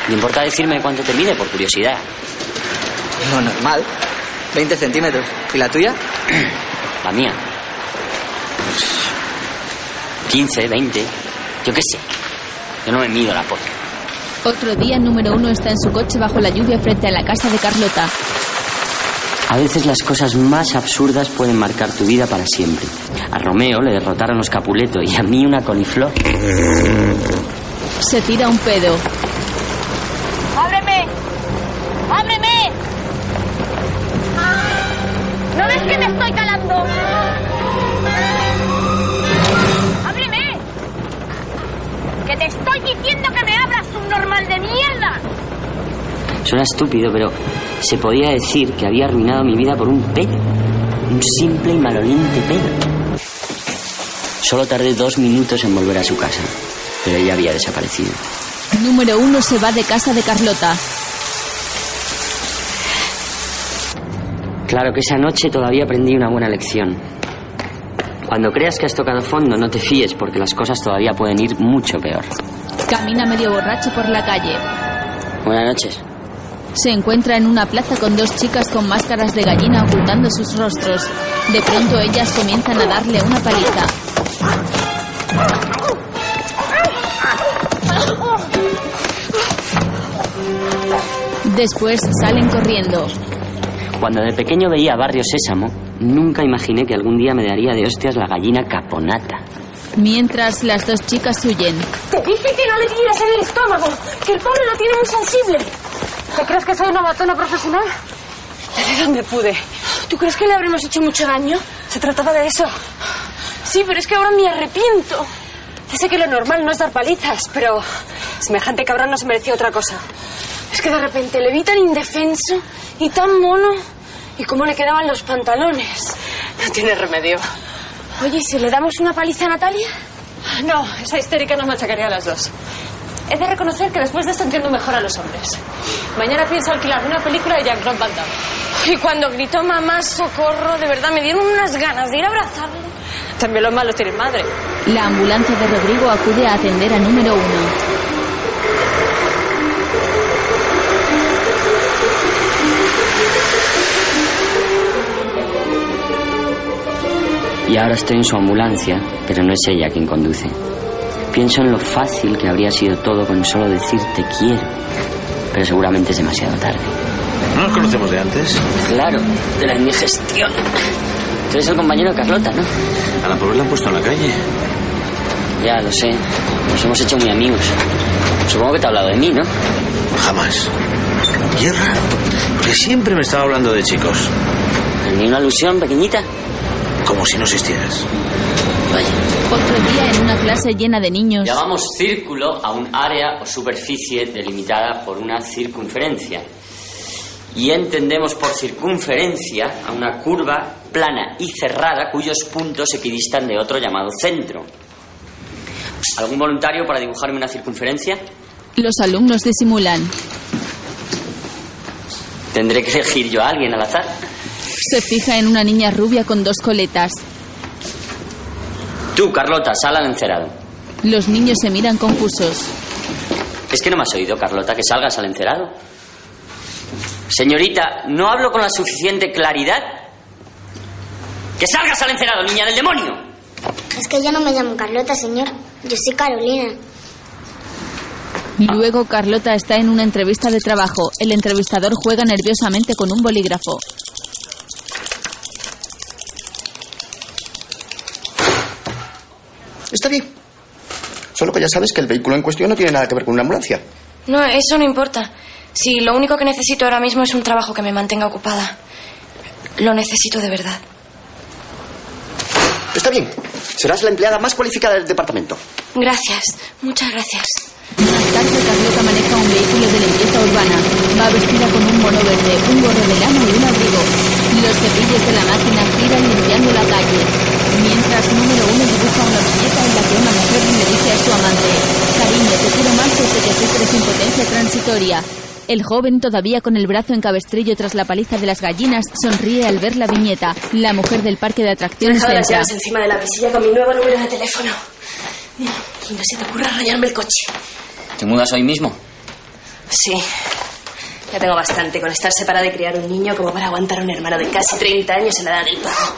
¿Me importa decirme cuánto te mide por curiosidad? Lo normal. 20 centímetros. ¿Y la tuya? La mía. Pues, 15, 20. Yo qué sé. Yo no me mido la polla. Otro día, número uno está en su coche bajo la lluvia frente a la casa de Carlota. A veces las cosas más absurdas pueden marcar tu vida para siempre. A Romeo le derrotaron los Capuleto y a mí una coliflor. Se tira un pedo. ¡Ábreme! ¡Ábreme! ¿No ves que me estoy calando? ¡Ábreme! ¡Que te estoy diciendo que me abras, subnormal de mierda! Suena estúpido, pero se podía decir que había arruinado mi vida por un pedo. Un simple y maloliente pedo. Solo tardé dos minutos en volver a su casa, pero ella había desaparecido. Número uno se va de casa de Carlota. Claro que esa noche todavía aprendí una buena lección. Cuando creas que has tocado fondo, no te fíes porque las cosas todavía pueden ir mucho peor. Camina medio borracho por la calle. Buenas noches. Se encuentra en una plaza con dos chicas con máscaras de gallina ocultando sus rostros. De pronto ellas comienzan a darle una paliza. Después salen corriendo. Cuando de pequeño veía Barrio Sésamo, nunca imaginé que algún día me daría de hostias la gallina caponata. Mientras las dos chicas huyen. Te dije que no le dieras en el estómago, que el pobre lo tiene muy sensible. ¿Te crees que soy una matona profesional? ¿De dónde pude? ¿Tú crees que le habremos hecho mucho daño? Se trataba de eso. Sí, pero es que ahora me arrepiento. Ya sé que lo normal no es dar palizas, pero semejante cabrón no se merecía otra cosa. Es que de repente le vi tan indefenso y tan mono. ¿Y cómo le quedaban los pantalones? No tiene remedio. Oye, ¿y si le damos una paliza a Natalia? No, esa histérica nos machacaría a las dos. He de reconocer que después de esto entiendo mejor a los hombres. Mañana pienso alquilar una película de Jean-Claude Van Damme. Y cuando gritó mamá socorro, de verdad me dieron unas ganas de ir a abrazarle. También los malos tienen madre. La ambulancia de Rodrigo acude a atender a número uno. Y ahora estoy en su ambulancia, pero no es ella quien conduce. Pienso en lo fácil que habría sido todo con solo decir te quiero, pero seguramente es demasiado tarde. ¿No nos conocemos de antes? Claro, de la indigestión. Tú eres el compañero de Carlota, ¿no? A la pobre la han puesto en la calle. Ya, lo sé. Nos hemos hecho muy amigos. Supongo que te ha hablado de mí, ¿no? Jamás. Y es raro, porque siempre me estaba hablando de chicos. ¿Ni una alusión pequeñita? Como si no existieras. Vaya. Otro día en una clase llena de niños. Llamamos círculo a un área o superficie delimitada por una circunferencia. Y entendemos por circunferencia a una curva plana y cerrada cuyos puntos equidistan de otro llamado centro. ¿Algún voluntario para dibujarme una circunferencia? Los alumnos disimulan. Tendré que elegir yo a alguien al azar. Se fija en una niña rubia con dos coletas. Tú, Carlota, sal al encerado. Los niños se miran confusos. Es que no me has oído, Carlota, que salgas al encerado. Señorita, ¿no hablo con la suficiente claridad? ¡Que salgas al encerado, niña del demonio! Es que yo no me llamo Carlota, señor. Yo soy Carolina. Luego Carlota está en una entrevista de trabajo. El entrevistador juega nerviosamente con un bolígrafo. Está bien. Solo que ya sabes que el vehículo en cuestión no tiene nada que ver con una ambulancia. No, eso no importa. Si lo único que necesito ahora mismo es un trabajo que me mantenga ocupada. Lo necesito de verdad. Está bien. Serás la empleada más cualificada del departamento. Gracias, muchas gracias. Más tarde, Carlota maneja un vehículo de limpieza urbana. Va vestida con un mono verde, un gorro de lana y un abrigo. Los cepillos de la máquina giran limpiando la calle. Mientras número uno dibuja una viñeta en la que una mujer le dice a victoria. El joven, todavía con el brazo en cabestrillo tras la paliza de las gallinas, sonríe al ver la viñeta. La mujer del parque de He atracciones dejado las entra. llaves encima de la mesilla con mi nuevo número de teléfono. Mira, Y no se te ocurra rayarme el coche. ¿Te mudas hoy mismo? Sí. Ya tengo bastante con estar separada y criar un niño como para aguantar un hermano de casi 30 años en la edad del pavo.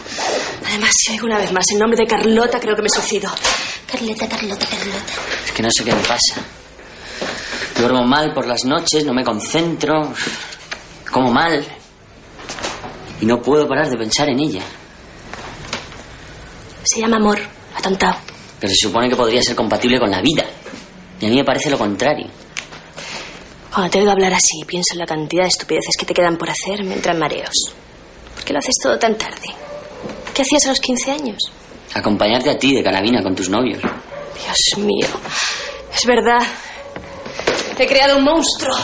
Además, si oigo una vez más el nombre de Carlota, creo que me suicido. Carlota, Carlota, Carlota. Es que no sé qué me pasa. Duermo mal por las noches, no me concentro, como mal. Y no puedo parar de pensar en ella. Se llama amor, atontado. Pero se supone que podría ser compatible con la vida. Y a mí me parece lo contrario. Cuando te oigo hablar así, pienso en la cantidad de estupideces que te quedan por hacer, me entran mareos. ¿Por qué lo haces todo tan tarde? ¿Qué hacías a los 15 años? Acompañarte a ti de carabina con tus novios. Dios mío. Es verdad. He creado un monstruo.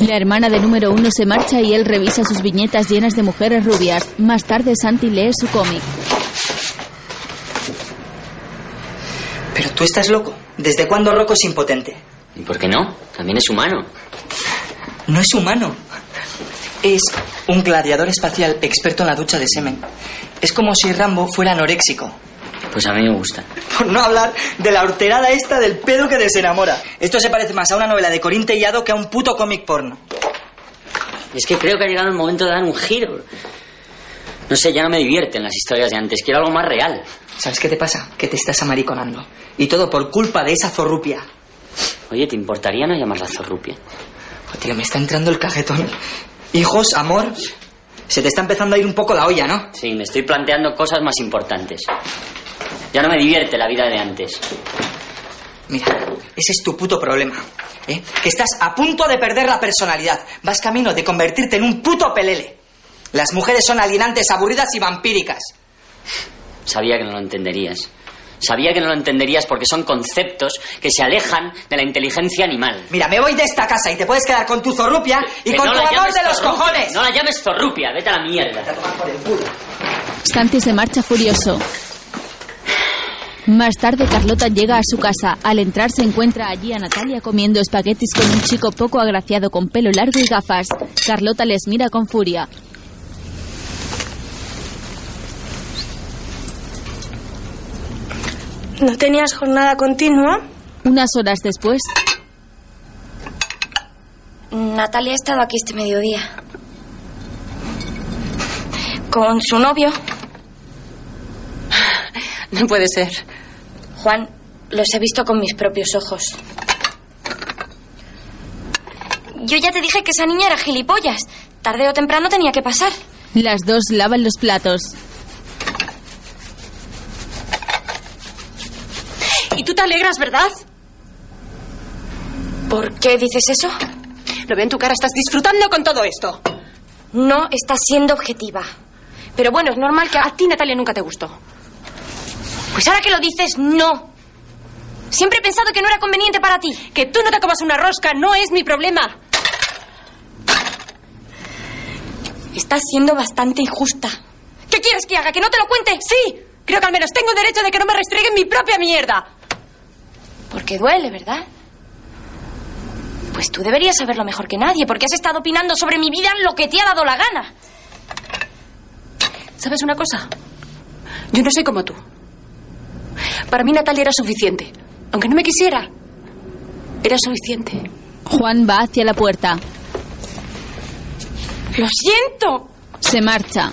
La hermana de número uno se marcha y él revisa sus viñetas llenas de mujeres rubias. Más tarde, Santi lee su cómic. Pero tú estás loco. ¿Desde cuándo Rocco es impotente? ¿Y por qué no? También es humano. No es humano. Es un gladiador espacial experto en la ducha de semen. Es como si Rambo fuera anoréxico. [LAUGHS] Pues a mí me gusta. Por no hablar de la horterada esta del pedo que desenamora. Esto se parece más a una novela de Corín Tellado que a un puto cómic porno. Es que creo que ha llegado el momento de dar un giro. No sé, ya no me divierten las historias de antes. Quiero algo más real. ¿Sabes qué te pasa? Que te estás amariconando. Y todo por culpa de esa zorrupia. Oye, ¿te importaría no llamarla zorrupia? Oh, tío, me está entrando el cajetón. Hijos, amor. Se te está empezando a ir un poco la olla, ¿no? Sí, me estoy planteando cosas más importantes. Ya no me divierte la vida de antes. Mira, ese es tu puto problema. ¿eh? Que estás a punto de perder la personalidad. Vas camino de convertirte en un puto pelele. Las mujeres son alienantes, aburridas y vampíricas. Sabía que no lo entenderías. Sabía que no lo entenderías porque son conceptos que se alejan de la inteligencia animal. Mira, me voy de esta casa y te puedes quedar con tu zorrupia y Que con no tu la amor llames de los zorrupia, cojones. No la llames zorrupia, vete a la mierda. Santi se marcha furioso. Más tarde, Carlota llega a su casa. Al entrar, se encuentra allí a Natalia comiendo espaguetis con un chico poco agraciado con pelo largo y gafas. Carlota les mira con furia. ¿No tenías jornada continua? Unas horas después, Natalia ha estado aquí este mediodía. Con su novio. No puede ser. Juan, los he visto con mis propios ojos. Yo ya te dije que esa niña era gilipollas. Tarde o temprano tenía que pasar. las dos lavan los platos. ¿Y tú te alegras, verdad? ¿Por qué dices eso? Lo veo en tu cara, estás disfrutando con todo esto. No estás siendo objetiva. Pero bueno, es normal que... A ti, Natalia, nunca te gustó. Pues ahora que lo dices, no. Siempre he pensado que no era conveniente para ti. Que tú no te comas una rosca no es mi problema. Estás siendo bastante injusta. ¿Qué quieres que haga? ¿Que no te lo cuente? Sí. Creo que al menos tengo derecho de que no me restreguen mi propia mierda. Porque duele, ¿verdad? Pues tú deberías saberlo mejor que nadie, porque has estado opinando sobre mi vida lo que te ha dado la gana. ¿Sabes una cosa? Yo no soy como tú. Para mí Natalia era suficiente. Aunque no me quisiera, era suficiente. Juan va hacia la puerta. Lo siento. Se marcha.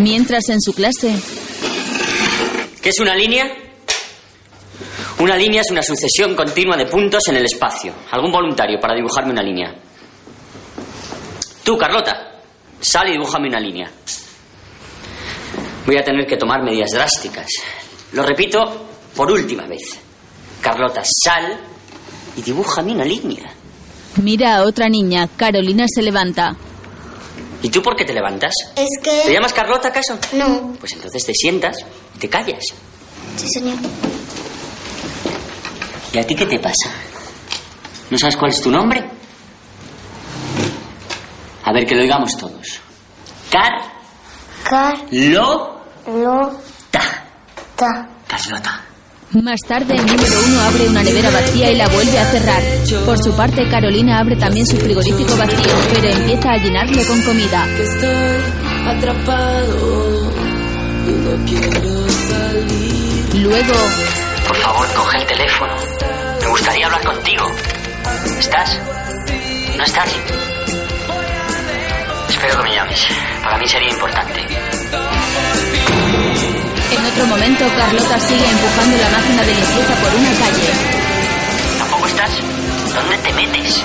Mientras en su clase, ¿Qué es una línea? Una línea es una sucesión continua de puntos en el espacio. Algún voluntario para dibujarme una línea. Tú, Carlota, sal y dibújame una línea. Voy a tener que tomar medidas drásticas. Lo repito por última vez. Carlota, sal y dibújame una línea. mira a otra niña. Carolina se levanta. ¿Y tú por qué te levantas? Es que. ¿Te llamas Carlota acaso? No. Pues entonces te sientas y te callas. Sí, señor. ¿Y a ti qué te pasa? ¿No sabes cuál es tu nombre? A ver, que lo digamos todos. Car, Car. lo, Lo. ta. Ta. Carlota. Más tarde, el número uno abre una nevera vacía y la vuelve a cerrar. Por su parte, Carolina abre también su frigorífico vacío, pero empieza a llenarlo con comida. Atrapado y no quiero salir. Luego, Por favor, coge el teléfono. Me gustaría hablar contigo. ¿Estás? ¿No estás? Espero que me llames. Para mí sería importante. en otro momento, Carlota sigue empujando la máquina de limpieza por una calle. ¿Tampoco estás? ¿Dónde te metes?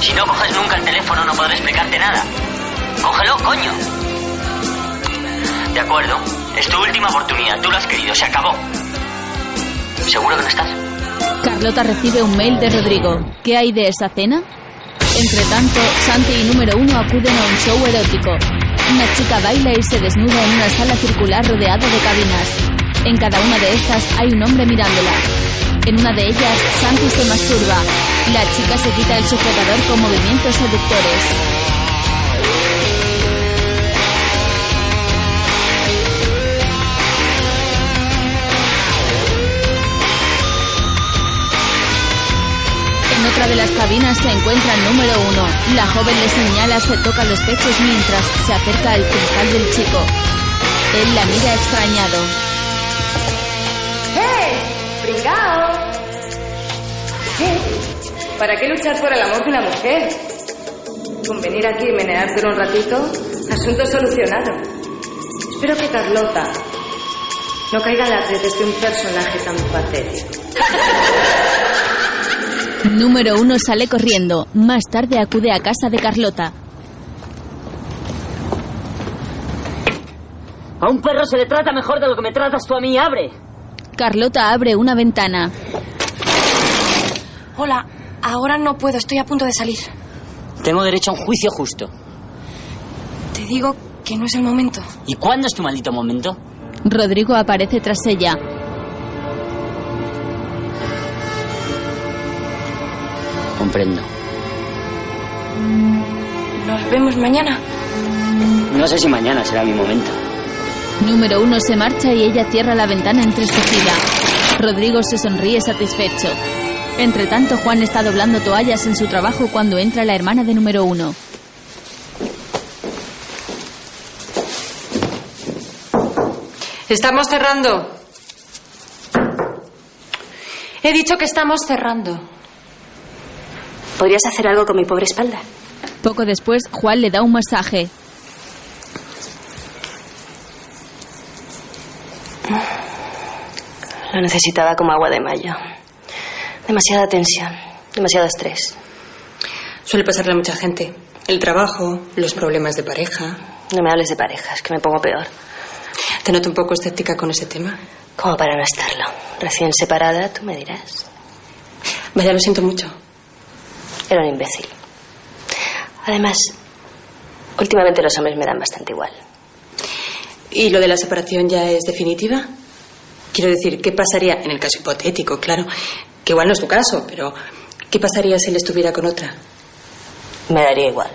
Si no coges nunca el teléfono no podré explicarte nada. Cógelo, coño. De acuerdo. Es tu última oportunidad. Tú lo has querido. Se acabó. ¿Seguro que no estás? Carlota recibe un mail de Rodrigo. ¿Qué hay de esa cena? Entre tanto, Santi y número uno acuden a un show erótico. Una chica baila y se desnuda en una sala circular rodeada de cabinas. En cada una de estas hay un hombre mirándola. En una de ellas, Santi se masturba. La chica se quita el sujetador con movimientos seductores. En otra de las cabinas se encuentra el número uno. La joven le señala, se toca los pechos mientras se acerca al cristal del chico. Él la mira extrañado. ¡Eh! ¡Pringao! ¿Qué? ¿Para qué luchar por el amor de una mujer? Con venir aquí y meneártelo un ratito, asunto solucionado. Espero que Carlota no caiga en las redes de un personaje tan patético. Número uno sale corriendo. Más tarde acude a casa de Carlota. A un perro se le trata mejor de lo que me tratas tú a mí. ¡Abre! Carlota abre una ventana. Hola, ahora no puedo, estoy a punto de salir. Tengo derecho a un juicio justo. Te digo que no es el momento. ¿Y cuándo es tu maldito momento? Rodrigo aparece tras ella. Comprendo. Nos vemos mañana. No sé si mañana será mi momento. Número uno se marcha y ella cierra la ventana entristecida. Rodrigo se sonríe satisfecho. Entre tanto, Juan está doblando toallas en su trabajo cuando entra la hermana de número uno. Estamos cerrando. He dicho que estamos cerrando. ¿Podrías hacer algo con mi pobre espalda? Poco después, Juan le da un masaje. Lo necesitaba como agua de mayo. Demasiada tensión, demasiado estrés. Suele pasarle a mucha gente. El trabajo, los problemas de pareja. No me hables de parejas, que me pongo peor. Te noto un poco escéptica con ese tema. Como para no estarlo. Recién separada, tú me dirás. Vaya, lo siento mucho. Era un imbécil. Además, últimamente los hombres me dan bastante igual. ¿Y lo de la separación ya es definitiva? Quiero decir, ¿qué pasaría, en el caso hipotético, claro, que igual no es tu caso, pero ¿qué pasaría si él estuviera con otra? Me daría igual.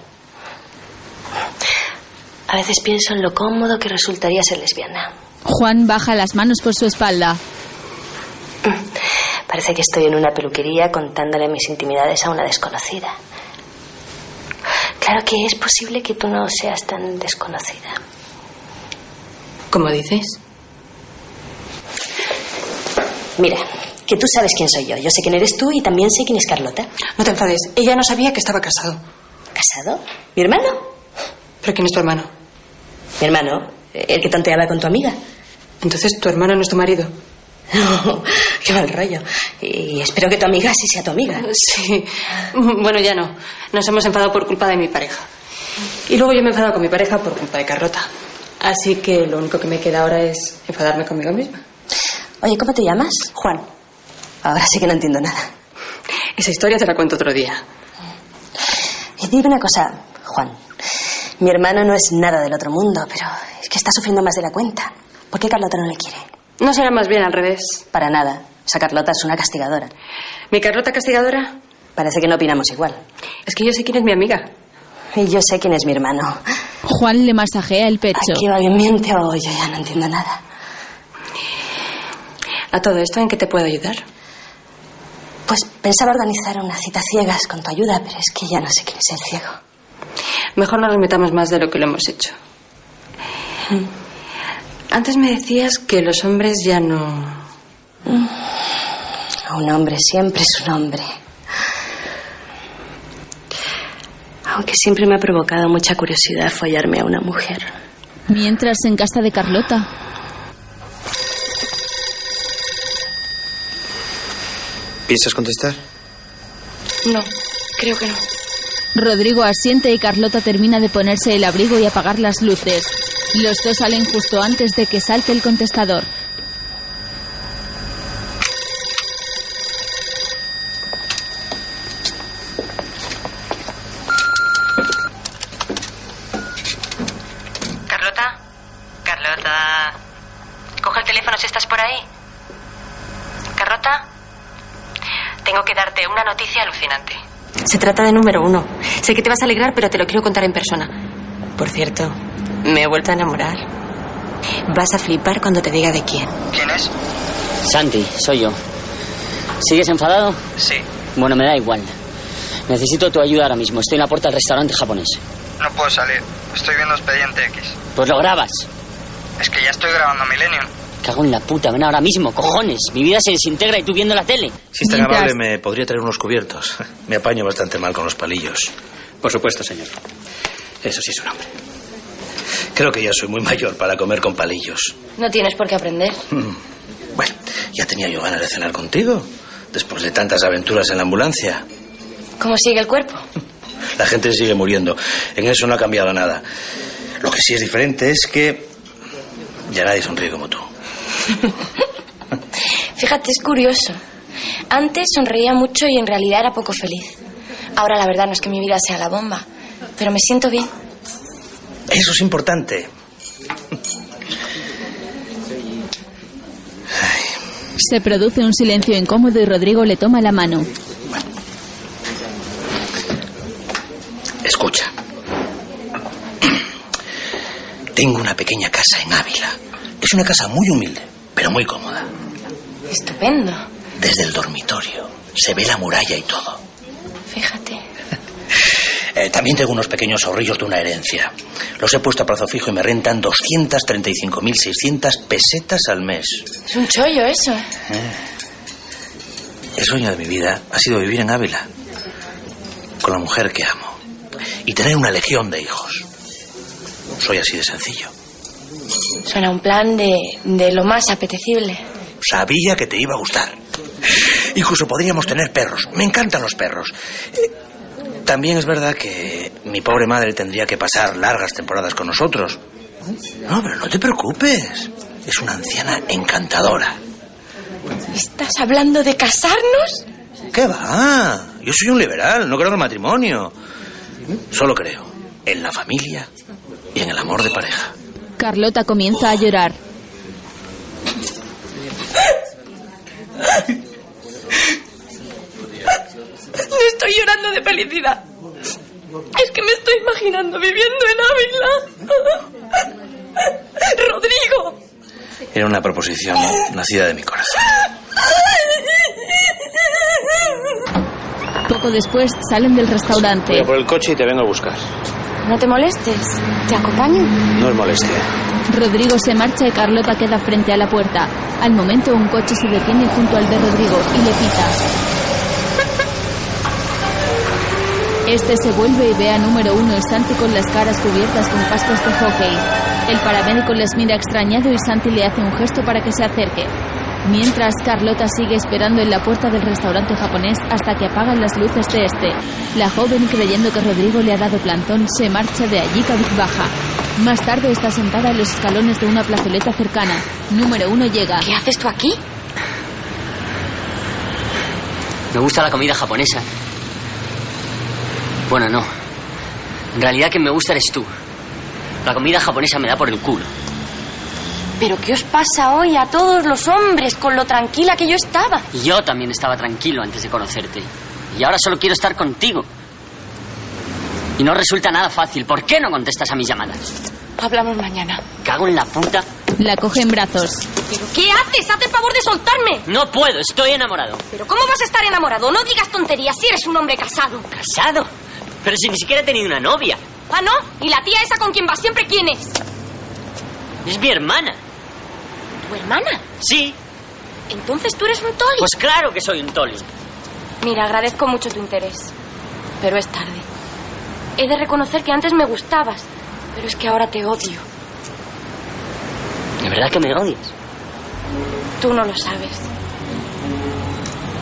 A veces pienso en lo cómodo que resultaría ser lesbiana. Juan baja las manos por su espalda. Parece que estoy en una peluquería contándole mis intimidades a una desconocida. Claro que es posible que tú no seas tan desconocida. ¿Cómo dices? Mira, que tú sabes quién soy yo. Yo sé quién eres tú y también sé quién es Carlota. No te enfades, ella no sabía que estaba casado. ¿Casado? ¿Mi hermano? ¿Pero quién es tu hermano? Mi hermano, el que tanteaba con tu amiga. Entonces tu hermano no es tu marido. No, [LAUGHS] qué mal rollo. Y espero que tu amiga sí sea tu amiga. Sí. Bueno, ya no. Nos hemos enfadado por culpa de mi pareja. Y luego yo me he enfadado con mi pareja por culpa de Carlota. Así que lo único que me queda ahora es enfadarme conmigo misma. Oye, ¿cómo te llamas? Juan. Ahora sí que no entiendo nada. Esa historia te la cuento otro día. Y dime una cosa, Juan. Mi hermano no es nada del otro mundo, pero es que está sufriendo más de la cuenta. ¿Por qué Carlota no le quiere? ¿No será más bien al revés? Para nada. O sea, Carlota es una castigadora. ¿Mi Carlota castigadora? Parece que no opinamos igual. Es que yo sé quién es mi amiga. Y yo sé quién es mi hermano. Juan le masajea el pecho. Aquí o alguien miente o yo ya no entiendo nada. A todo esto, ¿en qué te puedo ayudar? Pues pensaba organizar una cita ciegas con tu ayuda, pero es que ya no sé quién es el ciego. Mejor no nos metamos más de lo que lo hemos hecho. Mm. Antes me decías que los hombres ya no... Mm. A un hombre siempre es un hombre. Aunque siempre me ha provocado mucha curiosidad follarme a una mujer. Mientras en casa de Carlota, ¿Piensas contestar? No, creo que no. Rodrigo asiente y Carlota termina de ponerse el abrigo y apagar las luces. Los dos salen justo antes de que salte el contestador. Carlota, Carlota. Coge el teléfono si estás por ahí. Carlota, tengo que darte una noticia alucinante. Se trata de número uno. Sé que te vas a alegrar, pero te lo quiero contar en persona. Por cierto, me he vuelto a enamorar. Vas a flipar cuando te diga de quién. ¿Quién es? Santi, soy yo. ¿Sigues enfadado? Sí. Bueno, me da igual. Necesito tu ayuda ahora mismo. Estoy en la puerta del restaurante japonés. No puedo salir. Pues, Estoy viendo expediente X. Pues lo grabas. Es que ya estoy grabando Millennium. Cago en la puta, ven ahora mismo, cojones. Mi vida se desintegra y tú viendo la tele. Si es tan amable, me podría traer unos cubiertos. [LAUGHS] Me apaño bastante mal con los palillos. Por supuesto, señor. Eso sí es un hombre. Creo que ya soy muy mayor para comer con palillos. No tienes por qué aprender. Mm. Bueno, ya tenía yo ganas de cenar contigo. Después de tantas aventuras en la ambulancia. ¿Cómo sigue el cuerpo? La gente sigue muriendo. En eso no ha cambiado nada. Lo que sí es diferente es que ya nadie sonríe como tú. Fíjate, es curioso. Antes sonreía mucho y en realidad era poco feliz. Ahora la verdad no es que mi vida sea la bomba, pero me siento bien. Eso es importante. se produce un silencio incómodo y Rodrigo le toma la mano. Escucha. Tengo una pequeña casa en Ávila. Es una casa muy humilde, pero muy cómoda. Estupendo. Desde el dormitorio se ve la muralla y todo. Fíjate. Eh, también tengo unos pequeños ahorrillos de una herencia. Los he puesto a plazo fijo y me rentan 235.600 pesetas al mes. Es un chollo eso. Eh. El sueño de mi vida ha sido vivir en Ávila, con la mujer que amo, y tener una legión de hijos. Soy así de sencillo. Suena un plan de, de lo más apetecible. Sabía que te iba a gustar. Incluso podríamos tener perros. Me encantan los perros. Eh, También es verdad que mi pobre madre tendría que pasar largas temporadas con nosotros. No, pero no te preocupes. Es una anciana encantadora. ¿Estás hablando de casarnos? ¿Qué va? Yo soy un liberal, no creo en el matrimonio. Solo creo en la familia y en el amor de pareja. Carlota comienza a llorar. No estoy llorando de felicidad. Es que me estoy imaginando viviendo en Ávila. Rodrigo. Era una proposición nacida de mi corazón. Poco después salen del Voy restaurante. a por el coche y te vengo a buscar. No te molestes. Te acompaño. No es molestia. Rodrigo se marcha y Carlota queda frente a la puerta. Al momento un coche se detiene junto al de Rodrigo y le pita. Este se vuelve y ve a número uno y Santi con las caras cubiertas con cascos de hockey. El paramédico les mira extrañado y Santi le hace un gesto para que se acerque. Mientras Carlota sigue esperando en la puerta del restaurante japonés hasta que apagan las luces de este, la joven creyendo que Rodrigo le ha dado plantón se marcha de allí cabizbaja. Más tarde está sentada en los escalones de una plazoleta cercana. Número uno llega. ¿Qué haces tú aquí? Me gusta la comida japonesa. Bueno, no. En realidad quien me gusta eres tú. La comida japonesa me da por el culo. ¿Pero qué os pasa hoy a todos los hombres con lo tranquila que yo estaba? Y yo también estaba tranquilo antes de conocerte. Y ahora solo quiero estar contigo. Y no resulta nada fácil. ¿Por qué no contestas a mis llamadas? Hablamos mañana. Cago en la puta. La coge en brazos. ¿Pero qué haces? ¡Haz el favor de soltarme! No puedo, estoy enamorado. ¿Pero cómo vas a estar enamorado? No digas tonterías si eres un hombre casado. ¿Casado? Pero si ni siquiera he tenido una novia. ¿Ah, no? ¿Y la tía esa con quien vas siempre quién es? Es mi hermana. ¿Tu hermana? Sí. Entonces tú eres un toli. Pues claro que soy un toli. Mira, agradezco mucho tu interés, pero es tarde. He de reconocer que antes me gustabas, pero es que ahora te odio. ¿De verdad que me odias? Tú no lo sabes.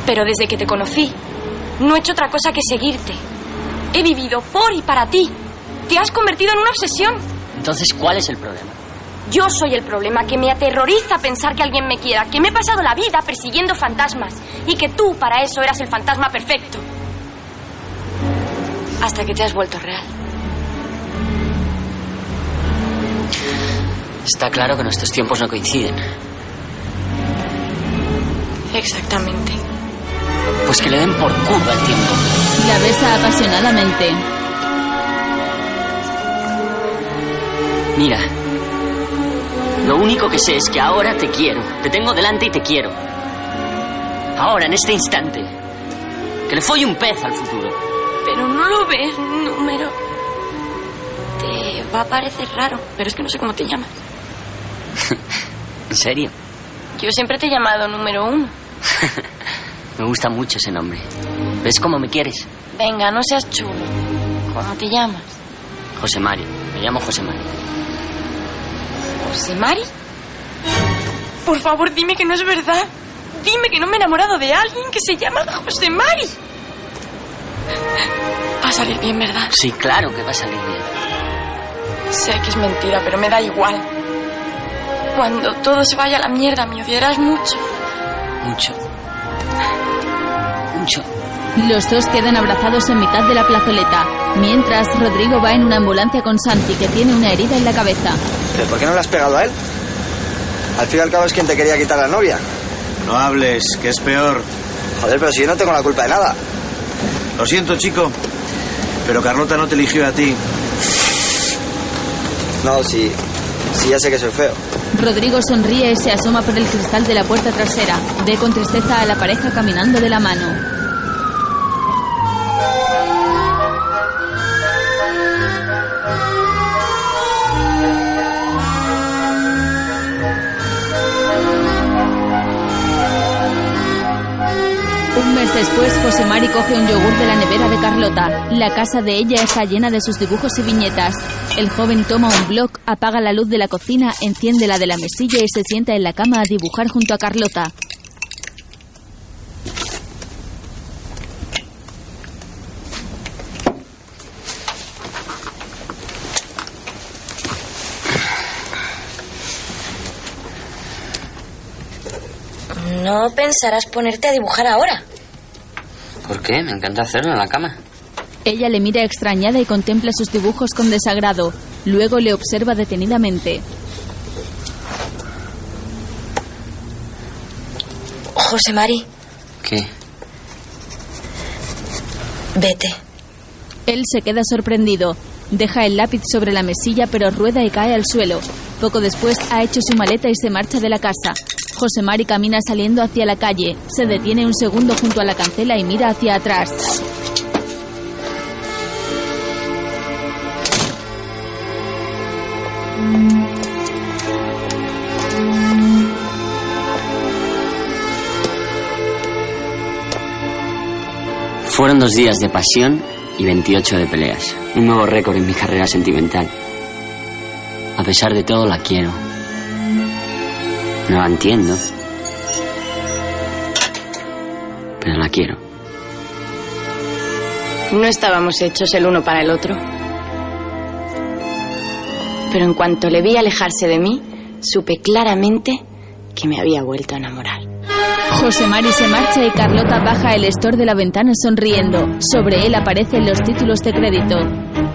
Pero desde que te conocí, no he hecho otra cosa que seguirte. He vivido por y para ti. Te has convertido en una obsesión. Entonces, ¿cuál es el problema? Yo soy el problema que me aterroriza pensar que alguien me quiera, que me he pasado la vida persiguiendo fantasmas y que tú para eso eras el fantasma perfecto. Hasta que te has vuelto real. Está claro que nuestros tiempos no coinciden. Exactamente. Pues que le den por culo al tiempo. La besa apasionadamente. Mira, lo único que sé es que ahora te quiero. Te tengo delante y te quiero. Ahora, en este instante. Que le folle un pez al futuro. Pero no lo ves, número. Eh, Te va a parecer raro, pero es que no sé cómo te llamas. ¿En serio? Yo siempre te he llamado número uno. [LAUGHS] me gusta mucho ese nombre. ¿Ves cómo me quieres? Venga, no seas chulo. ¿Cómo te llamas? José Mari. Me llamo José Mari. ¿José Mari? Por favor, dime que no es verdad. Dime que no me he enamorado de alguien que se llama José Mari. Va a salir bien, ¿verdad? Sí, claro que va a salir bien. Sé que es mentira, pero me da igual. Cuando todo se vaya a la mierda, me odiarás mucho. Mucho. Mucho. Los dos quedan abrazados en mitad de la plazoleta, mientras Rodrigo va en una ambulancia con Santi, que tiene una herida en la cabeza. ¿Pero por qué no le has pegado a él? Al fin y al cabo es quien te quería quitar la novia. No hables, que es peor. Joder, pero si yo no tengo la culpa de nada. Lo siento, chico, pero Carlota no te eligió a ti. No, sí. Sí, ya sé que soy feo. Rodrigo sonríe y se asoma por el cristal de la puerta trasera. Ve con tristeza a la pareja caminando de la mano. Un mes después, José Mari coge un yogur de la nevera de Carlota. La casa de ella está llena de sus dibujos y viñetas. El joven toma un blog, apaga la luz de la cocina, enciende la de la mesilla y se sienta en la cama a dibujar junto a Carlota. No pensarás ponerte a dibujar ahora. ¿Por qué? Me encanta hacerlo en la cama. Ella le mira extrañada y contempla sus dibujos con desagrado. Luego le observa detenidamente. José Mari, ¿Qué? vete. Él se queda sorprendido. Deja el lápiz sobre la mesilla pero rueda y cae al suelo. Poco después ha hecho su maleta y se marcha de la casa. José Mari camina saliendo hacia la calle. Se detiene un segundo junto a la cancela y mira hacia atrás. Fueron dos días de pasión y 28 de peleas. Un nuevo récord en mi carrera sentimental. A pesar de todo, la quiero. No la entiendo. Pero la quiero. No estábamos hechos el uno para el otro. Pero en cuanto le vi alejarse de mí, supe claramente que me había vuelto a enamorar. José Mari se marcha y Carlota baja el estor de la ventana sonriendo. Sobre él aparecen los títulos de crédito.